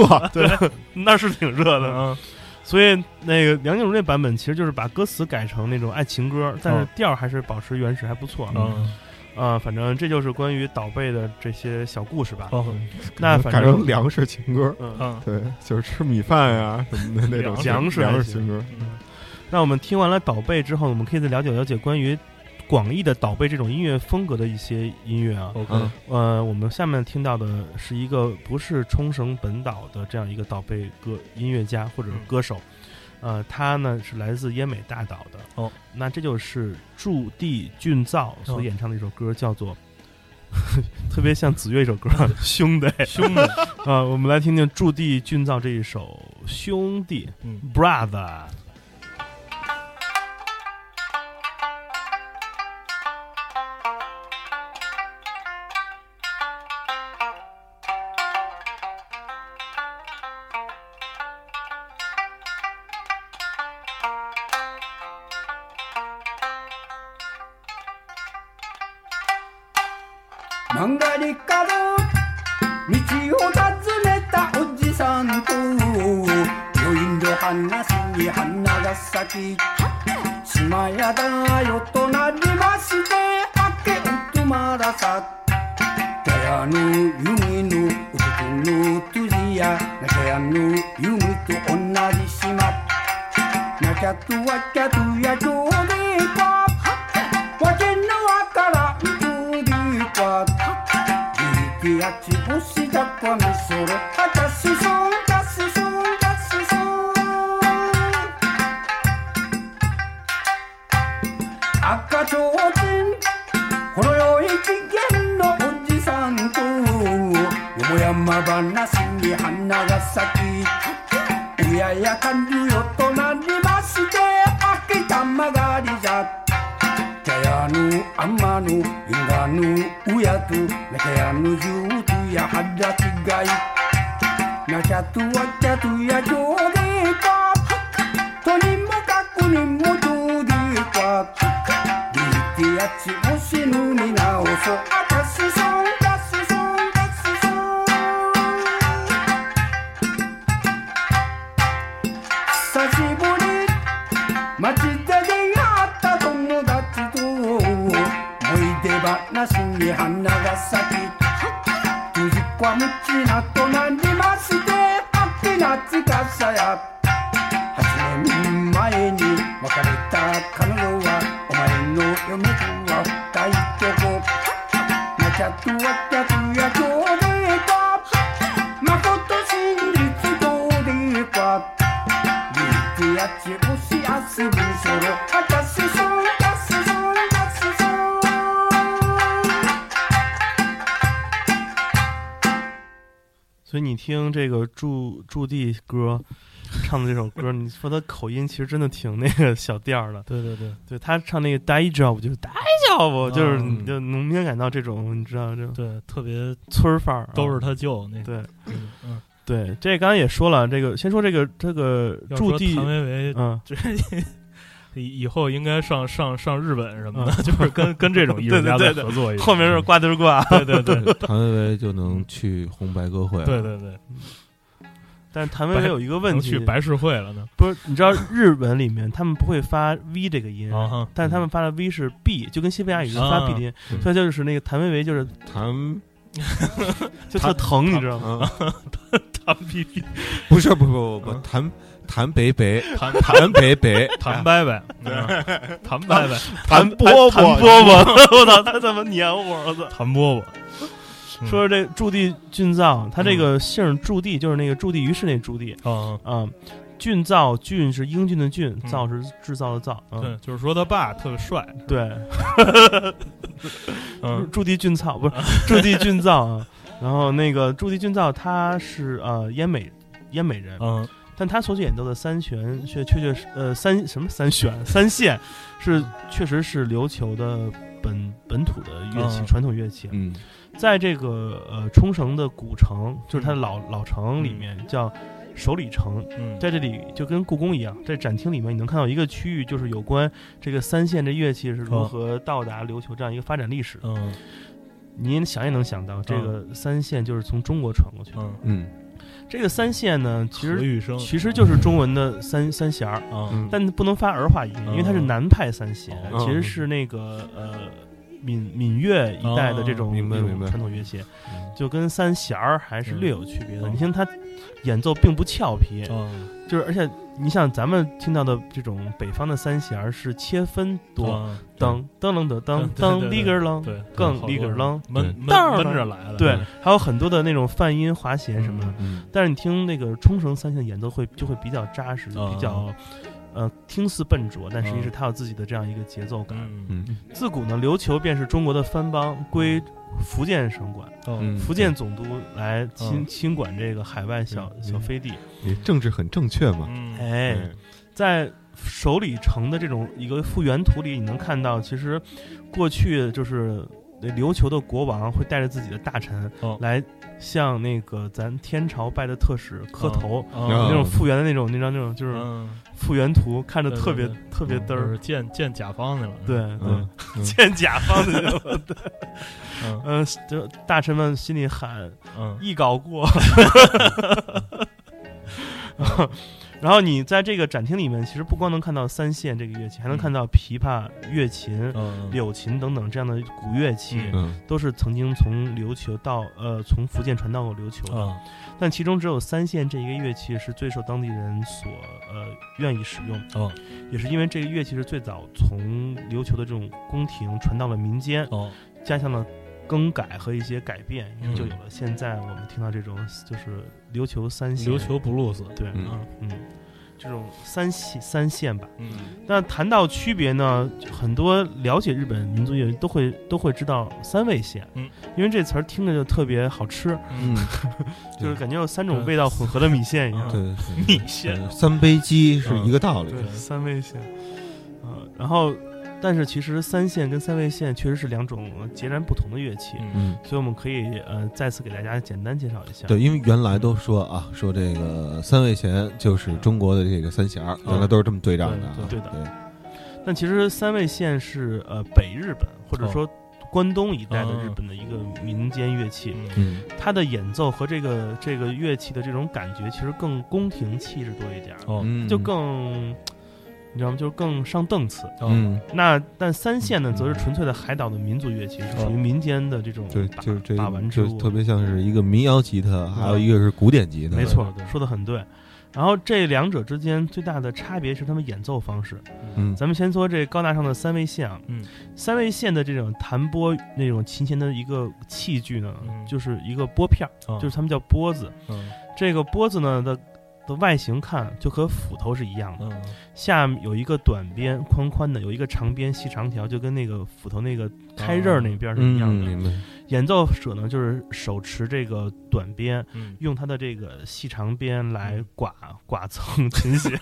A: 那是挺热的。
C: 嗯
A: 所以那个梁静茹那版本其实就是把歌词改成那种爱情歌，但是调儿还是保持原始，还不错。啊、
C: 嗯，
A: 反正这就是关于岛贝的这些小故事吧。
C: 哦
A: 那反
B: 改
A: 正
B: 成粮食情歌，
A: 嗯，
C: 嗯，
B: 对，就是吃米饭呀什么的那种
A: 粮食
B: 粮食情歌，
A: 那我们听完了岛贝之后，我们可以再了解了解关于广义的岛贝这种音乐风格的一些音乐啊。
C: OK，
B: 嗯
A: 呃，我们下面听到的是一个不是冲绳本岛的这样一个岛贝歌音乐家或者
C: 嗯
A: 歌手，呃，他呢是来自奄美大岛的。
C: 哦，
A: 那这就是驻地俊造所演唱的一首歌，叫 做特别像子越一首歌《兄 弟》
C: 兄 弟，
A: 啊、我们来听听驻地俊造这一首《兄弟
C: 嗯。
A: 》（Brother）。
F: 曲がり角道を尋ねたおじさんと余韻の話に花が咲き島屋だよとなりまして明けおとまらさたやの弓のおとの辻やなかやの弓と同じ島なきゃとわきゃとやちょうでいかわけのわからんとでかいてやちぼしだこみそれあたしそんだしそんだしそん赤ちょうちんほろよい次元のおじさんとよもやま話に花が咲きうややかによとなりまして秋玉狩りじゃ茶屋の天の因果の親と中屋の上手や肌違いなちゃとわちゃとや上でかとにもかくにも上でかりてやちもしぬみなおそあたしそんだしそんだしそん久しぶり街で出会った友達と思い出話に花が咲き藤子はむちなとなりましてあって懐かしさや8年前に別れた彼女はお前の嫁とは大丈夫なちゃとわちゃとやちょうでいかまこと真実どうでいかリリアチ押し遊ぶソロあたしそうだしそうだしそう
A: 所以你听这个驻驻地歌唱的这首歌，你说他口音其实真的挺那个小调儿的。
C: 对对对
A: 对他唱那个 “die job” 就是 “die job”，、
C: 嗯
A: 就是你就能明显感到这种你知道这种
C: 对，特别
A: 村儿范儿啊、
C: 都是他舅那个，
A: 对
C: 嗯，
A: 对。这刚才也说了，这个先说这个这个
C: 要说
A: 驻地
C: 谭，维维
A: 嗯，
C: 这以以后应该上上上日本什么的，就是跟跟这种艺术家
A: 嗯 对对对
C: 再
A: 对
C: 合作一下。
A: 后面是挂对儿 挂。
C: 对对对
B: 谭维维就能去红白歌会，
C: 对，对对，
A: 但是谭维维有一个问
C: 能
A: 题
C: 去，白事会了呢。
A: 不是你知道日文里面他们不会发 “v” 这个音。
C: 啊哈，
A: 但是他们发的 V 是 B，就跟西班牙语是发
C: 啊
A: B 的音，
B: 对
A: 所以就是那个谭维维就是
B: 谭
A: 就特疼，你知道吗？
B: 啊，
C: 他必须
B: 不是，不不不不，谭谭北北，
C: 谈
B: 谭北北，哎
A: 啊
C: 谈拜拜，嗯谈拜 拜，
B: 谭
A: 谭
B: 饽
A: 谭
B: 饽，
A: 饽啊饽，我操，他怎么撵 我？我操！
C: 谈饽饽。嗯
A: 说这驻地俊造，他这个姓儿驻地就是那个驻地于是那驻地
C: 啊，
A: 啊、俊造俊是英俊的俊，
C: 嗯
A: 造是制造的造。嗯、
C: 对，就是说他爸特别帅，
A: 对
C: 嗯
A: 驻地俊造 不是驻地俊造啊。然后那个驻地俊造他是呃燕美燕美人，
C: 嗯，
A: 但他所演奏的三弦
C: 嗯
A: 却确确实呃三什么三弦三线是确实是琉球的本本土的乐器，
C: 嗯
A: 传统乐器。啊
B: 嗯
A: 在这个呃冲绳的古城，就是
B: 嗯
A: 它的老老城里面叫首里城，
C: 嗯，
A: 在这里就跟故宫一样，在展厅里面你能看到一个区域，就是有关这个三线这乐器是如
C: 哦
A: 何到达琉球这样一个发展历史。
B: 哦
C: 嗯
A: 您想也能想到，这个三线就是从中国传过去的。
C: 嗯，
B: 嗯
A: 这个三线呢，其
C: 何
A: 实
C: 玉
B: 哦
C: 生
A: 其实就是中文的三三弦儿，
C: 啊，
B: 嗯
A: 但不能发儿化音，因为它是
C: 嗯
A: 南派三弦，
B: 哦
A: 其实是那个呃闽闽粤一带的这种
B: 哦明白
A: 这种
B: 明白
A: 传统乐器
B: 嗯，
A: 就跟三弦儿还是略有区别的。
C: 嗯
A: 你听它演奏并不俏皮，
C: 啊
A: 就是而且你想咱们听到的这种北方的三弦儿是切分多，
C: 啊
A: 噔噔噔噔噔
C: 嗯对
A: 噔
C: 对对
A: 里个啷，
C: 对，
A: 更
C: 好多
A: 立个
C: 人
A: 楞
C: 闷
B: 对
C: 闷
A: 当然
C: 闷
A: 了
C: 着来的，
A: 对，还有很多的那种泛音滑弦
C: 嗯
A: 什么的。
B: 嗯
A: 但是你听那个冲绳三线的演奏会就会比较扎实，
C: 哦
A: 就比较。
C: 嗯
A: 呃，听似笨拙，但实际是它有自己的这样一个节奏感。
C: 嗯
B: 嗯
A: 自古呢，琉球便是中国的藩邦，归福建省管，
C: 嗯
B: 嗯，
A: 福建总督来亲、
C: 嗯
A: 亲管这个海外小、
B: 嗯
A: 小飞地。
B: 你政治很正确嘛？
C: 嗯，
A: 哎，在首里城的这种一个复原图里，你能看到，其实过去就是那琉球的国王会带着自己的大臣
C: 哦
A: 来向那个咱天朝拜的特使磕头。
B: 嗯
A: 那
C: 啊
A: 种复原的那种，那张那种就是
C: 嗯，
A: 复原图，看着
C: 对
A: 特别
C: 对哦
A: 特别嘚
C: 就
A: 儿
C: 是。见见甲方去了，
A: 对对
B: 嗯，
A: 见甲方的那种，
C: 嗯
A: 嗯，就大臣们心里喊
C: 嗯
A: 一搞过。 然后你在这个展厅里面，其实不光能看到三线这个乐器，还能看到琵琶、乐琴、
C: 嗯，
A: 柳琴等等这样的古乐器，
C: 嗯
B: 嗯
A: 都是曾经从琉球到呃从福建传到过琉球的。
C: 啊
A: 但其中只有三线这一个乐器是最受当地人所呃愿意使用，
C: 哦
A: 也是因为这个乐器是最早从琉球的这种宫廷传到了民间，
C: 哦
A: 加强了更改和一些改变，
C: 嗯
A: 就有了现在我们听到这种就是琉球三线，
C: 琉球布鲁斯，
A: 对，
B: 嗯
A: 嗯嗯，这种三线三线吧。
C: 嗯
A: 那谈到区别呢，很多了解日本民族乐都会都会知道三味线，
C: 嗯，
A: 因为这词儿听着就特别好吃，
B: 嗯，
A: 就是感觉有三种
C: 对嗯
A: 味道混合的米线一样。
B: 对，
C: 你先
B: 嗯三杯鸡是一个道理。
A: 嗯对，三味线，呃，然后，但是其实三线跟三味线确实是两种截然不同的乐器，
C: 嗯
B: 嗯，
A: 所以我们可以呃再次给大家简单介绍一下。
B: 对，因为原来都说啊，说这个三味弦就是中国的这个三弦儿，原来都是这么对仗的啊。
A: 对对的
B: 的，
A: 但其实三味线是呃北日本或者说关东一带的
C: 哦
A: 日本的一个民间乐器，
C: 嗯
B: 嗯
A: 它的演奏和这个这个乐器的这种感觉其实更宫廷气质多一点儿，
C: 哦
B: 嗯，
A: 就更你知道吗？就是更上档次。
C: 哦
B: 嗯，
A: 那但三线呢，则是纯粹的海岛的民族乐器，是属于民间的这种
B: 对，
A: 把
B: 就是这
A: 把玩之
B: 就
A: 物。啊
B: 特别像是一个民谣吉他，还有一个是古典吉他。
A: 没错
C: 对对，对
A: 说的很对。然后这两者之间最大的差别是他们演奏方式。
B: 嗯
A: 咱们先说这高大上的三味线啊，
C: 嗯，
A: 三味线的这种弹拨那种琴弦的一个器具呢，
C: 嗯
A: 就是一个拨片儿，
C: 啊
A: 就是他们叫拨子。
C: 嗯
A: 这个拨子呢的的外形看就和斧头是一样的，
C: 嗯
A: 下面有一个短边宽宽的，有一个长边细长条，就跟那个斧头那个开刃儿那边儿是一样
B: 嗯，
A: 的。
B: 明白。
A: 演奏者呢就是手持这个短边，
C: 嗯
A: 用它的这个细长边来刮刮蹭琴弦，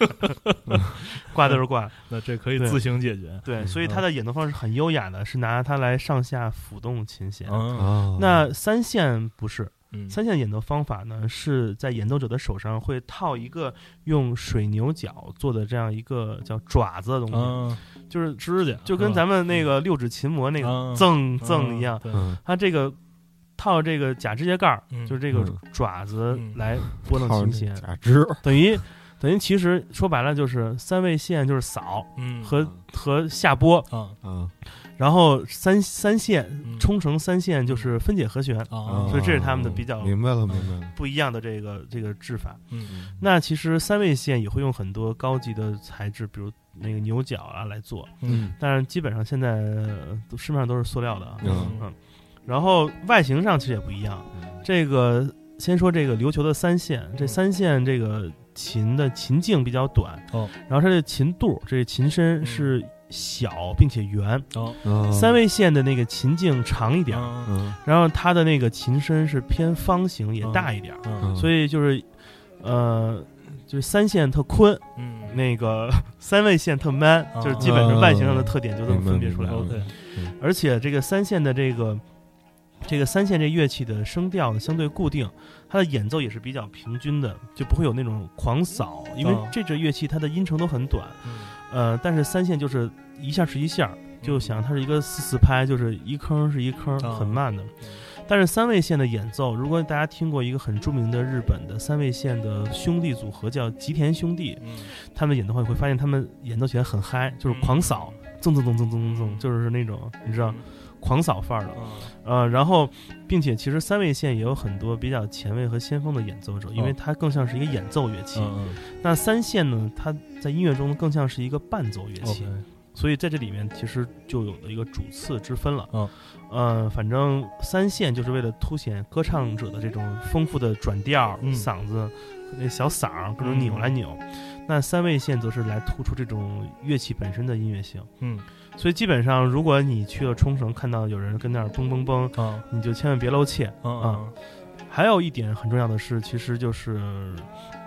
A: 刮就是刮。
C: 那这可以自行解决，
A: 对，所以它的演奏方式很优雅的，是拿它来上下浮动琴弦。
C: 嗯
B: 哦，
A: 那三线不是，
C: 嗯
A: 三线演奏方法呢是在演奏者的手上会套一个用水牛角做的这样一个叫爪子的东西，
C: 嗯
A: 就是
C: 指甲
A: 就跟咱们那个六指琴魔那个
C: 个
A: 锃
C: 哦
A: 锃一样，
B: 嗯，
A: 它这个套这个假指甲盖儿，
C: 嗯
A: 就是这个
B: 嗯
A: 爪子
C: 嗯
A: 来拨弄琴弦，
B: 假肢
A: 等于等于其实说白了就是三味线就是扫
C: 嗯
A: 和和下拨，
C: 啊
B: 啊，
A: 然后三三线
C: 嗯
A: 冲绳三线就是分解和弦，
C: 啊
A: 所以这嗯是他们的比较
B: 明白了，明白了。
A: 不一样的这个这个制法。
C: 嗯
A: 那其实三味线也会用很多高级的材质，比如那个牛角啊来做，
C: 嗯
A: 但是基本上现在呃都市面上都是塑料的啊。
B: 嗯
A: 然后外形上其实也不一样。
C: 嗯
A: 这个先说这个琉球的三线，这三线这个琴的琴颈比较短，
C: 哦，
A: 然后它的琴肚这琴身
C: 嗯
A: 是小并且圆，
C: 哦
B: 哦
A: 三，味线的那个琴颈长一点，
C: 嗯
B: 嗯
A: 然后它的那个琴身是偏方形，也大一点，
C: 嗯
A: 所以就是，呃，就是三线特宽，
C: 嗯
A: 那个 三位线特 man，
C: 啊
A: 就是基本上外形上的特点就这么
B: 明白
A: 分别出来了。
B: 嗯明白
C: OK，
A: 而且这个三线的这个这个三线这乐器的声调呢相对固定，它的演奏也是比较平均的，就不会有那种狂扫，因为
B: 啊
C: 哦
A: 这支乐器它的音程都很短，呃，但是三线就是一下是一下，
C: 嗯
B: 嗯
A: 就想它是一个四四拍，就是一坑是一坑，
B: 啊
C: 哦
A: 很慢的。但是三位线的演奏，如果大家听过一个很著名的日本的三位线的兄弟组合叫吉田兄弟，
C: 嗯
A: 他们演奏会会发现他们演奏起来很嗨，就是狂扫，蹭蹭蹭蹭蹭蹭蹭，就是那种你知道
C: 嗯
A: 狂扫范儿的。
C: 嗯
A: 呃，然后，并且其实三位线也有很多比较前卫和先锋的演奏者，因为
C: 哦
A: 它更像是一个演奏乐器。
C: 嗯
A: 那三线呢，它在音乐中更像是一个伴奏乐
C: 嗯
A: 器。
C: ，OK，
A: 所以在这里面其实就有了一个主次之分了。
C: 哦
A: 呃，反正三线就是为了凸显歌唱者的这种丰富的转调、
C: 嗯
A: 嗓子、那小嗓儿各种扭来扭。
C: 嗯
A: 那三位线则是来突出这种乐器本身的音乐性。
C: 嗯
A: 所以基本上，如果你去了冲绳，看到有人跟那儿蹦蹦蹦，
C: 啊
A: 你就千万别露怯。
C: 啊啊
A: 还有一点很重要的是，其实就是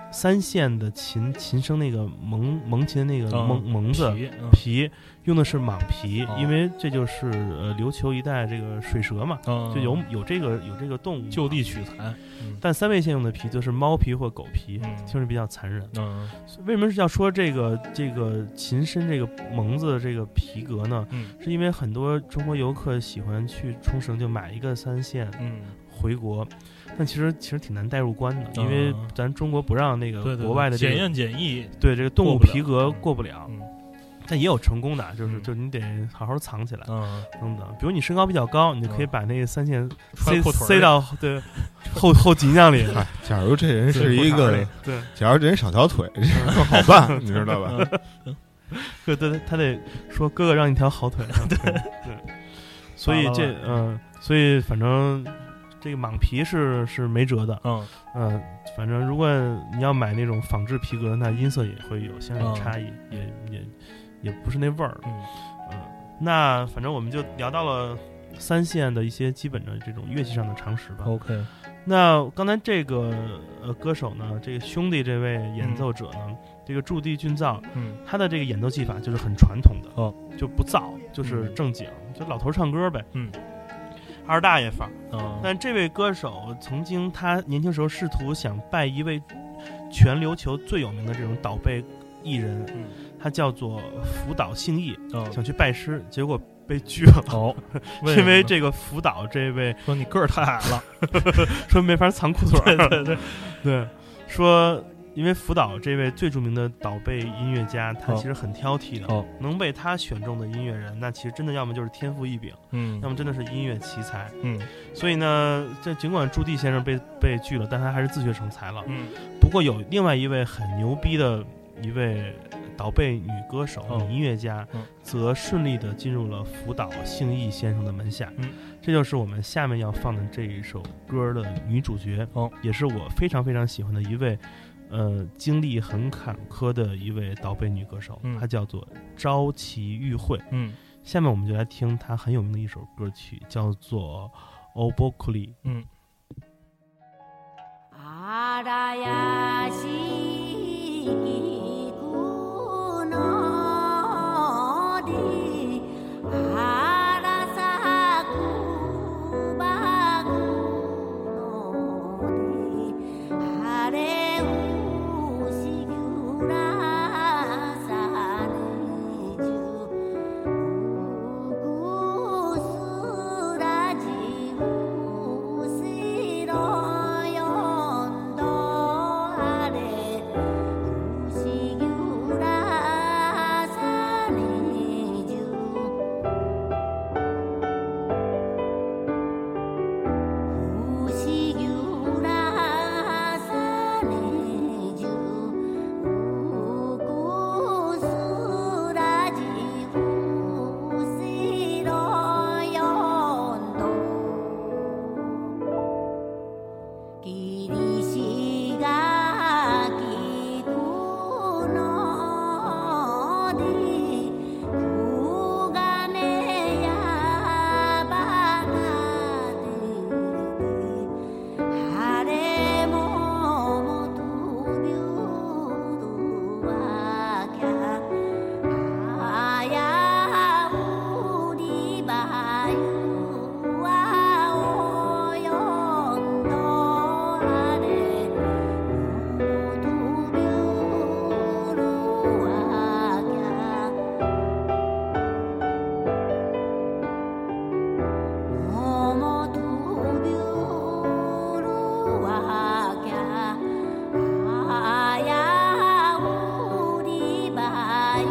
A: 三线的琴琴声那个蒙蒙琴那个
C: 嗯
A: 蒙蒙子，
C: 皮嗯
A: 皮用的是蟒皮，
C: 哦
A: 因为这就是呃琉球一带这个水蛇嘛，
C: 嗯
A: 就有有这个有这个动物嘛
C: 就地。取材，
A: 但三味线用的皮就是猫皮或狗皮，
C: 嗯
A: 听着比较残忍。
C: 嗯
A: 为什么是要说这个这个琴身这个蒙子的这个皮革呢？
C: 嗯
A: 是因为很多中国游客喜欢去冲绳就买一个三线
C: 嗯
A: 回国，但其实其实挺难带入关的，因为
C: 嗯
A: 咱中国不让那
C: 对
A: 个
C: 对，
A: 国外的这
C: 检
A: 个
C: 验检疫，
A: 对这个动物
C: 过不了
A: 皮革
C: 嗯
A: 过不了。
C: 嗯
A: 但也有成功的，就是
C: 嗯
A: 就是你得好好藏起来
C: 嗯，
A: 等等。比如你身高比较高，你就可以
C: 嗯
A: 把那个三线
C: 穿
A: 塞
C: 裤腿儿
A: 塞 到对后后脊梁里。
B: 哎假如这人是
C: 对
B: 一
C: 裤衩
B: 个
C: 里，
A: 对，
B: 假如这人少条腿，这事儿好办，你知道吧？
A: 对对，他得说哥哥让你条好 腿。啊对对，所以这嗯，所以反正这个蟒皮是是没辙的。
C: 嗯
A: 嗯，反正如果你要买那种仿制皮革，那音色也会有相应的差异，也也也不是那味儿。
C: 嗯
A: 嗯，那反正我们就聊到了三线的一些基本的这种乐器上的常识吧。
C: ，OK，
A: 那刚才这个呃歌手呢，这个兄弟这位演奏者呢，这个驻地俊造，
C: 嗯
A: 他的这个演奏技法就是很传统的，
C: 哦，
A: 就不造，就是正经，就老头唱歌呗，
C: 嗯，
A: 二大爷范儿。
C: 啊，
A: 但这位歌手曾经他年轻时候试图想拜一位全琉球最有名的这种岛贝艺人，
C: 嗯
A: 他叫做福岛信义，
C: 嗯
A: 想去拜师，结果被拒了。
C: 哦，
A: 因为
C: 什
A: 这个福岛这位
C: 么呢说你个儿太矮了，
A: 说没法藏裤腿儿，
C: 对对对，
A: 对，说因为福岛这位最著名的岛贝音乐家，他
C: 哦
A: 其实很挑剔的，
C: 哦
A: 能被他选中的音乐人，那其实真的要么就是天赋异禀，
C: 嗯
A: 要么真的是音乐奇才。
C: 嗯
A: 所以呢，这尽管朱棣先生被被拒了，但他还是自学成才了。
C: 嗯
A: 不过有另外一位很牛逼的一位岛贝女歌手、
C: 哦
A: 女音乐家，
C: 嗯
A: 则顺利的进入了福岛幸义先生的门下。
C: 嗯，
A: 这就是我们下面要放的这一首歌的女主角，
C: 哦
A: 也是我非常非常喜欢的一位，呃，经历很坎坷的一位岛贝女歌手，
C: 嗯
A: 她叫做朝崎玉惠。
C: 嗯
A: 下面我们就来听她很有名的一首歌曲，叫做《o b o k u l i
C: 嗯
D: 嵐菊のり荒さくばくのり晴れうしぐらさにじゅうぐすらじうせわきゃあやうりばゆ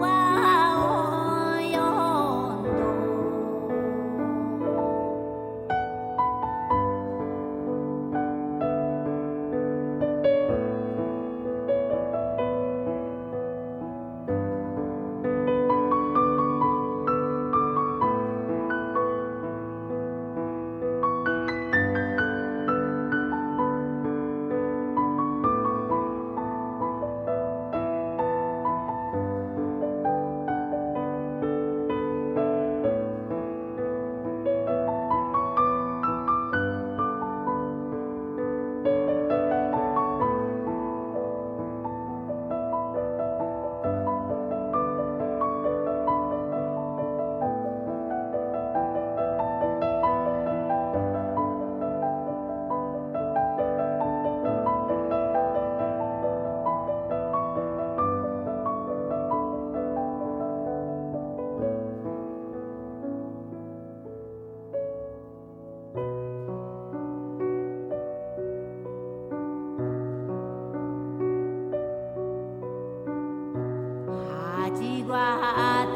D: はおよんどはじわ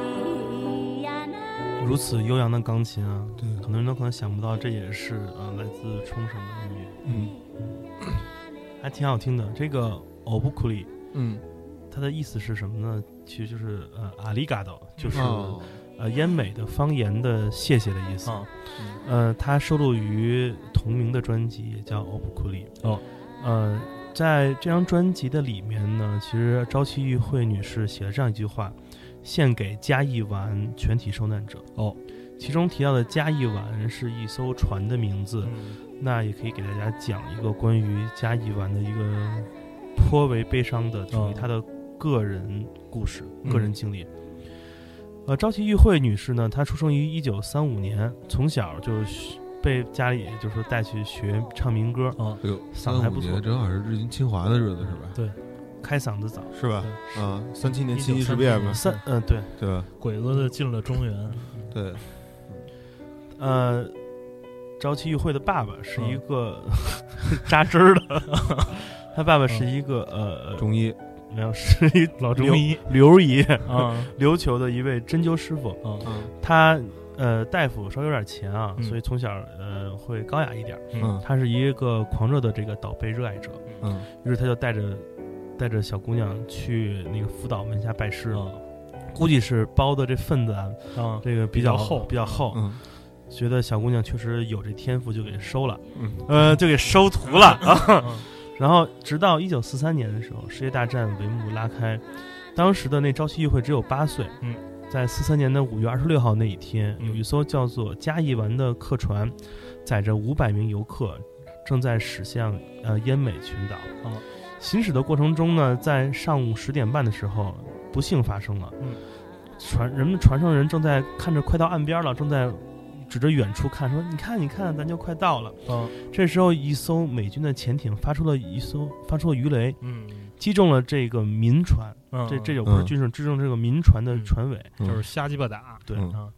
D: りやな
A: 如此悠扬的钢琴啊，对，很多人都可能想不到，这也是啊来自冲绳的音乐，
B: 嗯
A: 还挺好听的。这个 o b u k u l i
B: 嗯，
A: 它的意思是什么呢？其实就是呃阿里嘎多，就是、
B: 哦
A: 呃奄美的方言的谢谢的意思。
C: 啊
A: 呃，它收录于同名的专辑，也叫《o b u k u l i
C: 哦，
A: 呃，在这张专辑的里面呢，其实朝夕玉惠女士写了这样一句话，献给嘉义丸全体受难者。
B: 哦，
A: 其中提到的嘉义丸是一艘船的名字，
C: 嗯
A: 那也可以给大家讲一个关于嘉义丸的一个颇为悲伤的，属于
C: 哦
A: 她的个人故事、
C: 嗯
A: 个人经历。呃，朝崎玉惠女士呢，她出生于一九三五年，从小就学被家里就是说带去学唱民歌，
C: 哦
B: 哎呦，
A: 嗓
B: 三
A: 子还
B: 五
A: 不错
B: 年正好是日军侵华的日子是吧？
A: 开嗓子早。
B: 是吧？
A: 对
B: 啊，三七年七一事变嘛，
A: 三嗯、对，
B: 对吧？
C: 鬼子的进了中原，
B: 对，
A: 呃，朝崎玉惠的爸爸是一个、
C: 嗯
A: 扎针儿的，他爸爸是一个、呃呃
B: 中医
A: 没有是一
C: 老中
A: 刘
C: 医
A: 刘爷
C: 啊
A: 琉球的一位针灸师傅，
C: 啊，
A: 嗯他呃大夫稍微有点钱啊，
C: 嗯
A: 所以从小呃会高雅一点儿。
B: 嗯
A: 他是一个狂热的这个岛贝热爱者，
B: 嗯
A: 于是他就带着带着小姑娘去那个福岛门下拜师，
C: 啊
A: 估计是包的这份子啊，
C: 啊，
A: 这个比
C: 比
A: 较
C: 较厚
A: 比较厚，
B: 嗯
A: 觉得小姑娘确实有这天赋，就给收了，
B: 嗯，
A: 呃，就给收徒了啊。
C: 嗯
A: 然后直到一九四三年的时候，世界大战帷幕拉开，当时的那朝夕议会只有八岁。
C: 嗯，
A: 在四三年的五月二十六号那一天，
C: 嗯
A: 有一艘叫做嘉义丸的客船，载着五百名游客，正在驶向呃奄美群岛。
C: 哦
A: 行驶的过程中呢，在上午十点半的时候，不幸发生了。
C: 嗯，
A: 船人们船上人正在看着快到岸边了，正在指着远处看，说：“你看，你看，咱就快到了。”
C: 啊
A: 这时候，一艘美军的潜艇发出了一艘发出了鱼雷，
C: 嗯，
A: 击中了这个民船。
C: 嗯
A: 这这就不是
B: 嗯
A: 军事，击中这个民船的
C: 嗯
A: 船尾，
C: 就是瞎鸡巴打，
A: 对
B: 嗯
C: 啊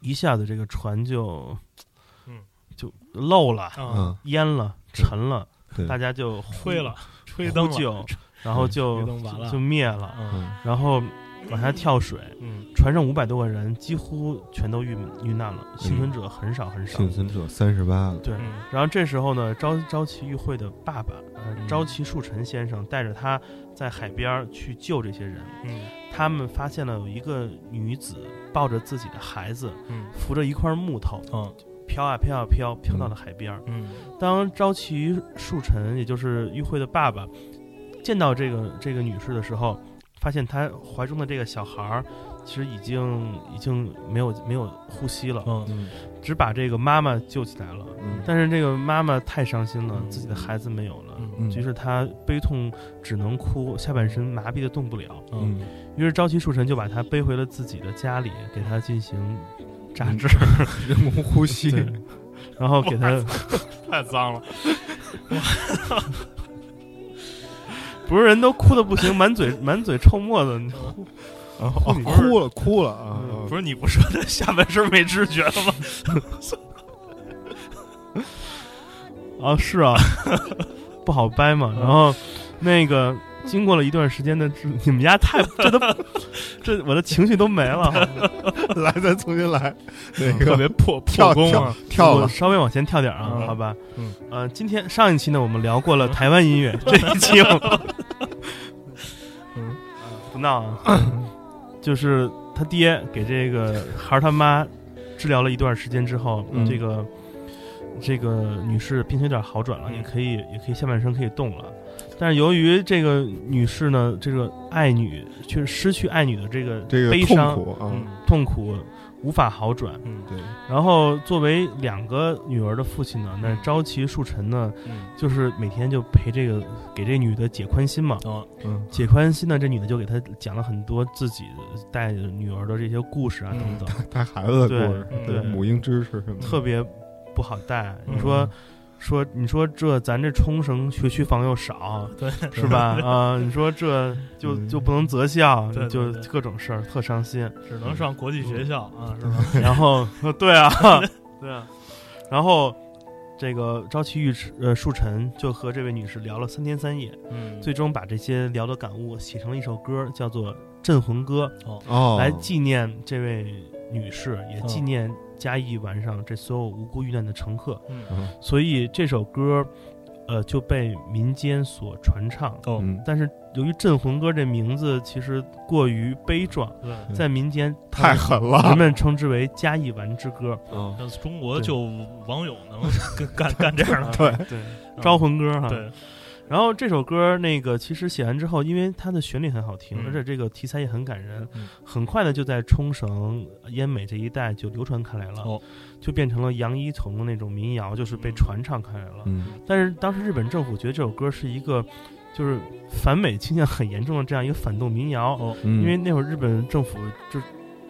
A: 一下子这个船就，
C: 嗯
A: 就漏了、
C: 啊，
B: 嗯，
A: 淹了、
B: 对
A: 沉了，
B: 对，
A: 大家 就
C: 吹了，吹灯
A: 呼
C: 了
A: 救，然后就
C: 吹灯完了
A: 就灭了，
C: 嗯
A: 然后往下跳水。
C: 嗯
A: 船上五百多个人几乎全都遇遇难了，幸存者很少很少。
B: 幸存者三十八了，
A: 对，
C: 嗯
A: 然后这时候呢，朝朝崎玉惠的爸爸，呃，
C: 嗯
A: 朝崎树臣先生带着他在海边儿去救这些人。
C: 嗯
A: 他们发现了有一个女子抱着自己的孩子，
C: 嗯
A: 扶着一块木头，
C: 嗯
A: 飘啊飘啊飘，飘到了海边儿。
C: 嗯
A: 当朝崎树臣，也就是玉惠的爸爸，见到这个这个女士的时候，发现她怀中的这个小孩儿，其实已经已经没有没有呼吸了，
C: 嗯
B: 嗯
A: 只把这个妈妈救起来了。
B: 嗯
A: 但是这个妈妈太伤心了，
C: 嗯
A: 自己的孩子没有了，
C: 嗯
B: 嗯
A: 于是她悲痛只能哭，下半身麻痹的动不了。
C: 嗯
A: 于是朝崎树臣就把她背回了自己的家里，给她进行榨汁，
B: 人工呼吸，
A: 对， 然后给她
C: 嗯 太脏了，
A: 不是人都哭的不行，满嘴满嘴臭沫子，
B: 啊啊哭了哭了
A: 嗯
B: 啊，
C: 不是你不说他下半身没知觉了吗？
A: 啊，是啊， 不好掰
C: 嗯
A: 嘛。然后那个经过了一段时间的治，你们家太这都这我的情绪都没了。
G: 来，咱重新来，那
C: 特
G: 个
C: 别破
G: 跳
C: 破功啊，
G: 跳
A: 我
G: 了，
A: 稍微往前跳点啊，
C: 嗯
A: 好吧？
C: 嗯，
A: 呃，今天上一期呢，我们聊过了台湾音乐，这一期我们，
C: 嗯
A: 不闹啊，就是他爹给这个孩儿他妈治疗了一段时间之后，
C: 嗯
A: 这个这个女士病情有点好转了，
C: 嗯
A: 也可以也可以下半身可以动了。但是由于这个女士呢，这个爱女却失去爱女的这个
G: 这个
A: 悲
G: 痛
A: 伤
G: 苦啊，
C: 嗯
A: 痛苦无法好转，
C: 嗯
G: 对，
A: 然后作为两个女儿的父亲呢，那朝骑树臣呢，
C: 嗯，
A: 就是每天就陪这个给这女的解宽心嘛。
C: 哦，
G: 嗯，
A: 解宽心呢，这女的就给他讲了很多自己带女儿的这些故事啊
C: 嗯
A: 等等，
G: 带孩子的故
A: 对
G: 事，
C: 嗯
G: 对
A: 对
G: 母婴知识什么的，
A: 特别不好带。
C: 嗯
A: 你说。说，你说这咱这冲绳学区房又 少，
C: 对，
A: 是吧？啊、你说这就
G: 嗯
A: 就不能择校，
C: 对对
A: 就
C: 对
A: 各种事儿，特伤心。
C: 只能上国际学校啊，是吧？
A: 然后，对啊，对啊，然后这个朝崎玉池呃树臣就和这位女士聊了三天三夜，
C: 嗯，
A: 最终把这些聊的感悟写成了一首歌，叫做《镇魂歌》，
G: 哦，
A: 来纪念这位女士，也纪念嘉义晚上这所有无辜遇难的乘客。
C: 嗯
A: 所以这首歌，呃，就被民间所传唱。
C: 哦，
G: 嗯，
A: 但是由于《镇魂歌》这名字其实过于悲壮，
C: 对，
G: 嗯
A: 在民间
G: 太狠了
A: 人，们称之为嘉义丸之歌。
B: 嗯，
C: 那中国就王勇能干干干这样的，
G: 对，
A: 对，
C: 嗯
A: 招魂歌哈。
C: 对，
A: 然后这首歌那个其实写完之后，因为它的旋律很好听，
C: 嗯
A: 而且这个题材也很感人，
C: 嗯
A: 很快的就在冲绳、奄美这一带就流传开来了，
C: 哦
A: 就变成了杨一桐的那种民谣，就是被
C: 嗯
A: 传唱开来了。
B: 嗯，
A: 但是当时日本政府觉得这首歌是一个就是反美倾向很严重的这样一个反动民谣，
C: 哦，
B: 因
A: 因为那会儿日本政府就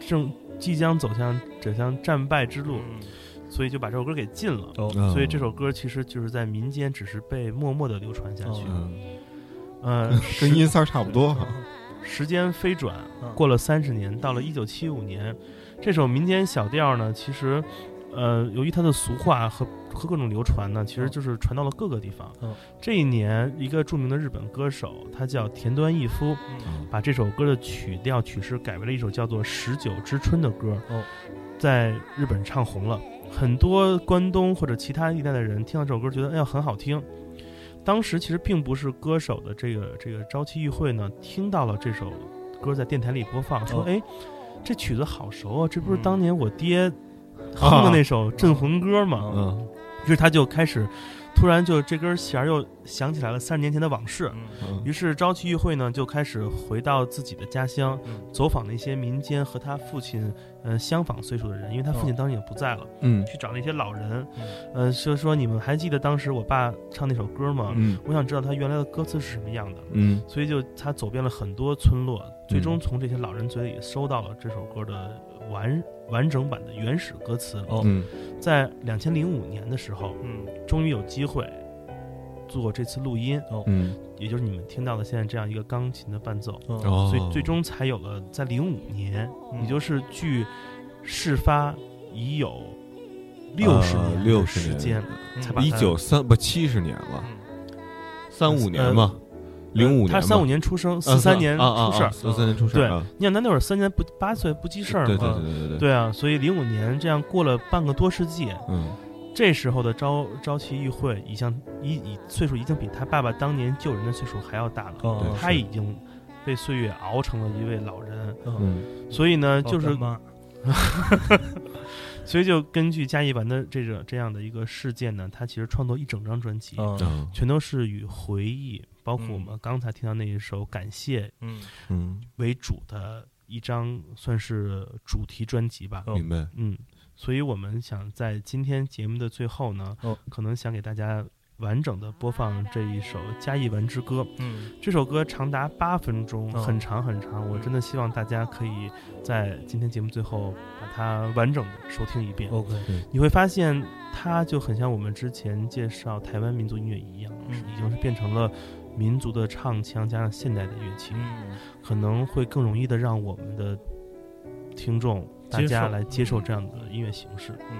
A: 正即将走向走向战败之路，
C: 嗯
A: 所以就把这首歌给禁了。
G: 嗯
C: 哦，
A: 所以这首歌其实就是在民间只是被默默的流传下去。
B: 嗯
A: 嗯，
G: 跟
A: 时
G: 音色儿差不多哈，
A: 时间飞转
C: 嗯，
A: 过了三十年，到了一九七五年，这首民间小调呢，其实，呃，由于它的俗话和和各种流传呢，其实就是传到了各个地方
C: 嗯。
A: 这一年，一个著名的日本歌手，他叫田端义夫，
C: 嗯
A: 把这首歌的曲调曲式改为了一首叫做《十九之春》的歌，
C: 哦
A: 在日本唱红了。很多关东或者其他一带的人听到这首歌，觉得哎呀很好听。当时其实并不是歌手的这个这个朝气议会呢，听到了这首歌在电台里播放，说
C: 哦
A: 哎、这曲子好熟啊，这不是
C: 嗯啊
A: 当年我爹哼的那首《镇魂歌》吗？
B: 嗯
A: 于是他就开始，突然就这根弦儿又想起来了三十年前的往事。
C: 嗯
G: 嗯
A: 于是朝气议会呢就开始回到自己的家乡，
C: 嗯
A: 走访那些民间和他父亲嗯、呃相仿岁数的人，因为他父亲当时也不在了，
G: 嗯
A: 去找那些老人，
C: 嗯
A: 呃，就说你们还记得当时我爸唱那首歌吗？
G: 嗯
A: 我想知道他原来的歌词是什么样的，
G: 嗯
A: 所以就他走遍了很多村落，最终从这些老人嘴里收到了这首歌的完完整版的原始歌词。
C: 哦
G: 嗯，
A: 在两千零五年的时候，
C: 嗯
A: 终于有机会做这次录音，
G: 嗯，
A: 也就是你们听到的现在这样一个钢琴的伴奏，
C: 嗯，
B: 哦，
A: 所以最终才有了在零五年，
C: 嗯
A: 也就是距事发已有六十
B: 呃
A: 年的
B: 60
A: 时
B: 年
A: 间，
C: 嗯
A: 才把它
B: 一九三不七十年了，
C: 嗯
B: 三五年嘛，零五年嘛，
A: 呃他三五年出生，
B: 啊
A: 四三年出事儿。
B: 四三年出事儿，
A: 对
B: 啊
A: 你想，他那会儿三年不八岁不记事儿
B: 对
A: 嘛
B: 对，对对对对，
A: 对啊，所以零五年这样过了半个多世纪，
B: 嗯
A: 这时候的朝朝夕议会已经已已岁数已经比他爸爸当年救人的岁数还要大了，
C: 哦，
A: 他已经被岁月熬成了一位老人，
C: 嗯，
B: 嗯
A: 所以呢，就是
C: 干妈
A: 所以就根据加一丸的这个这样的一个事件呢，他其实创作一整张专辑，
C: 嗯
B: 嗯
A: 全都是与回忆，包括
C: 嗯
A: 我们刚才听到那一首《感谢》
C: 嗯，
B: 嗯，
A: 为主的一张算是主题专辑吧。
C: 哦
B: 明白，
A: 嗯，所以我们想在今天节目的最后呢，
C: 哦
A: 可能想给大家完整的播放这一首《加一丸之歌》。
C: 嗯
A: 这首歌长达八分钟，
C: 哦
A: 很长很长。我真的希望大家可以在今天节目最后把它完整的收听一遍。
C: 嗯，OK，
A: 你会发现，它就很像我们之前介绍台湾民族音乐一样，
C: 嗯
A: 已经是变成了民族的唱腔加上现代的乐器，
C: 嗯，
A: 可能会更容易的让我们的听众大
C: 接受
A: 家来接受这样的音乐形式。
C: 嗯，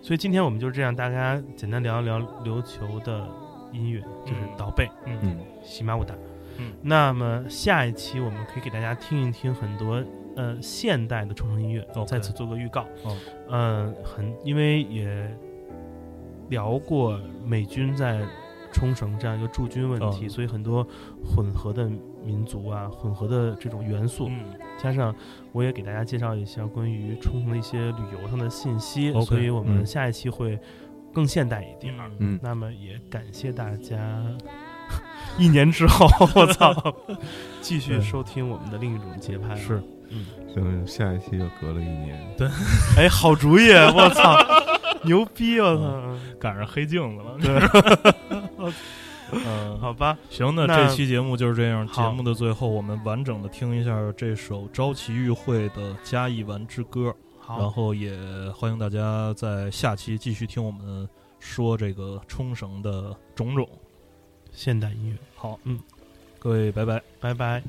A: 所以今天我们就这样，大家简单聊一聊琉球的音乐，就是
C: 嗯
A: 岛贝、
C: 嗯
B: 嗯，
A: 喜马武达。
C: 嗯，
A: 那么下一期我们可以给大家听一听很多呃现代的冲绳音乐
C: OK
A: 在此做个预告。
C: 哦
A: 嗯、很因为也聊过美军在冲绳这样一个驻军问题，
C: 哦
A: 所以很多混合的民族啊，混合的这种元素，
C: 嗯，
A: 加上我也给大家介绍一下关于冲绳的一些旅游上的信息
C: OK，
A: 所以我们
B: 嗯
A: 下一期会更现代一点儿。
C: 嗯
B: 嗯，
A: 那么也感谢大家， 一年之后， 我操，继续收听我们的另一种节拍。
C: 嗯
A: 嗯
C: 是，
G: 行，下一期又隔了一年，
A: 哎，好主意，我操， 嗯牛逼，我操，
C: 赶上黑镜子了。 嗯，
A: 好吧，
C: 行，那
A: 那
C: 这期节目就是这样。节
A: 好
C: 目的最后，我们完整的听一下这首朝崎玉惠的《嘉义丸之歌》，然
A: 好，
C: 后也欢迎大家在下期继续听我们说这个冲绳的种种。
A: 现代音乐，
C: 好，
A: 嗯，
C: 各位拜拜。
A: 拜拜。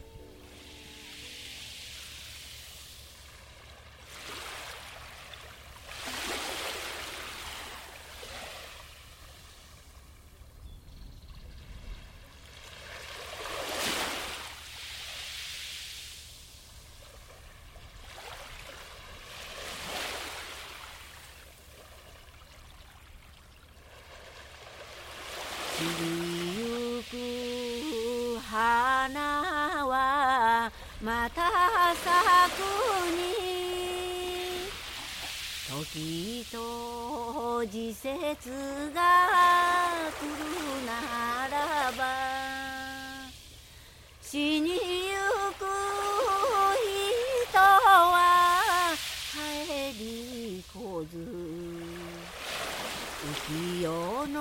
D: 散りゆく花はまた咲くに時と時節が来るならば死にゆく人は帰り来ず浮世の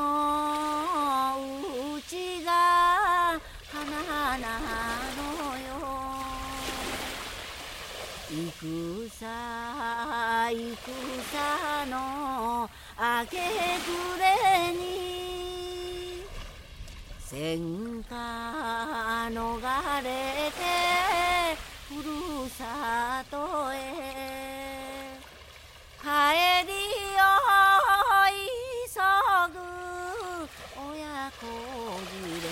D: うちが花なのよ戦戦の明け暮れに戦火逃れてふるさとへ帰りを急ぐ親子連れ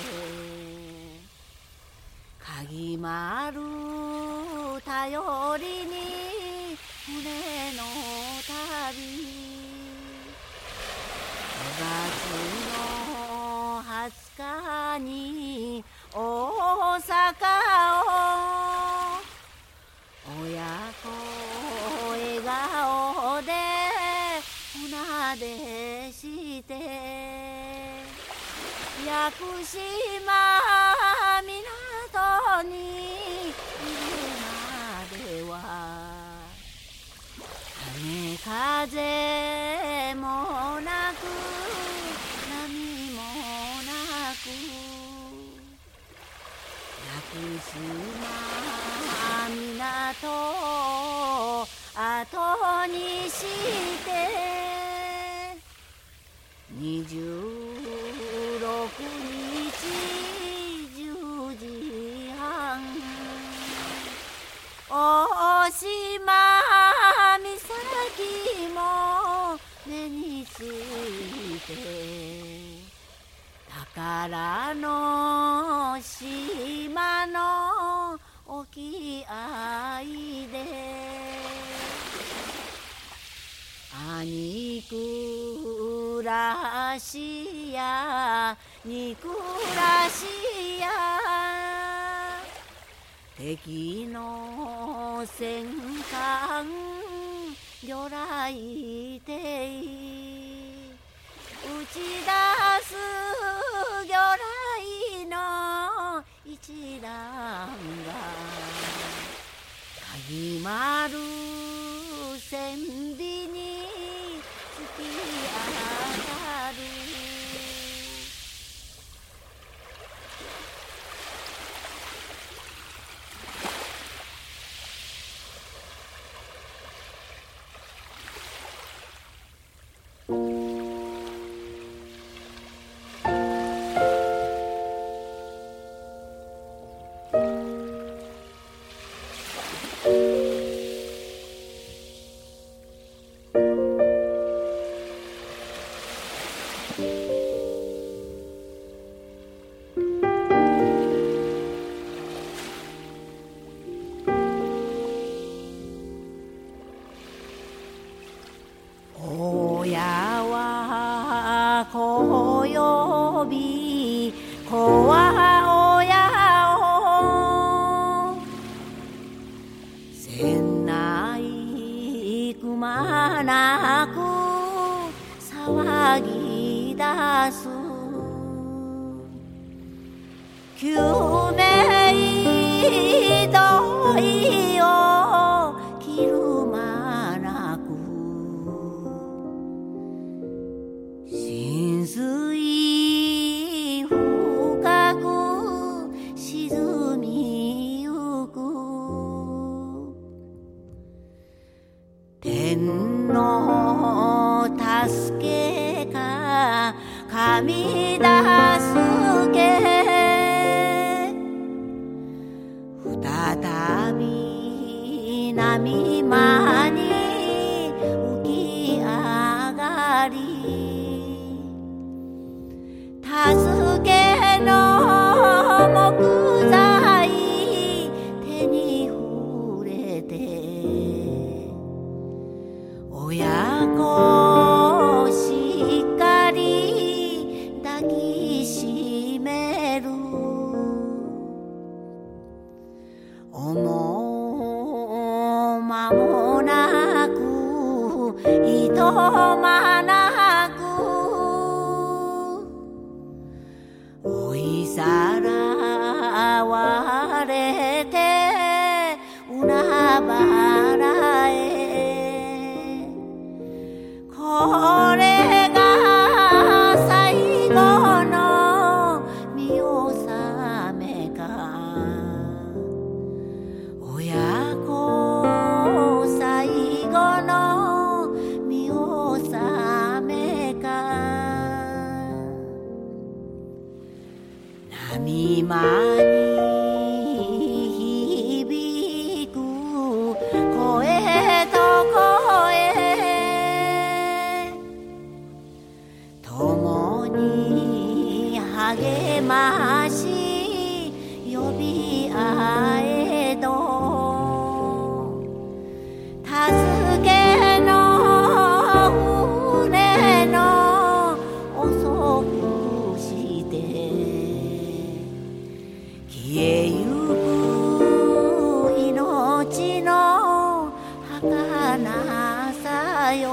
D: 鍵丸頼りに船の旅5月の20日に大阪を親子笑顔で船出して屋久島港にいるまでは雨風もなく波もなく屋久島港を後にして26日10時半大島岬も目について宝の島の沖合で兄くらしや憎らしや敵の戦艦魚雷艇打ち出す魚雷の一覧が始まる線尾に突き当たる
E: 「
D: および子は親をせないくまなく騒ぎ出す救命胴衣を着るまなく浸水深く沈みゆく天の助けが神助け再び波間に浮き上がり助けの木材手に触れて親子をしっかり抱きしめる思う間もなくいとまなく追いさらわれて海原へこれが最後の見納めか親子最後の見納めか波間に響く声と声共に励まし呼び合えど助けの船の遅くして消えゆく命の儚さよ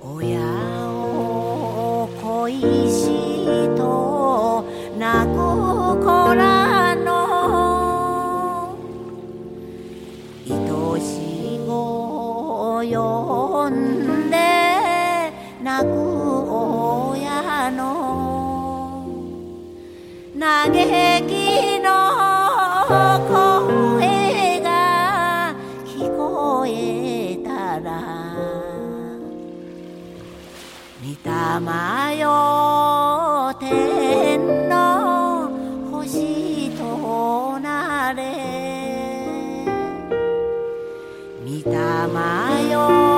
D: 親を恋しと泣く子らの愛し子呼んで泣く親の嘆きの声が聞こえたら御霊よ天の星となれ御霊よ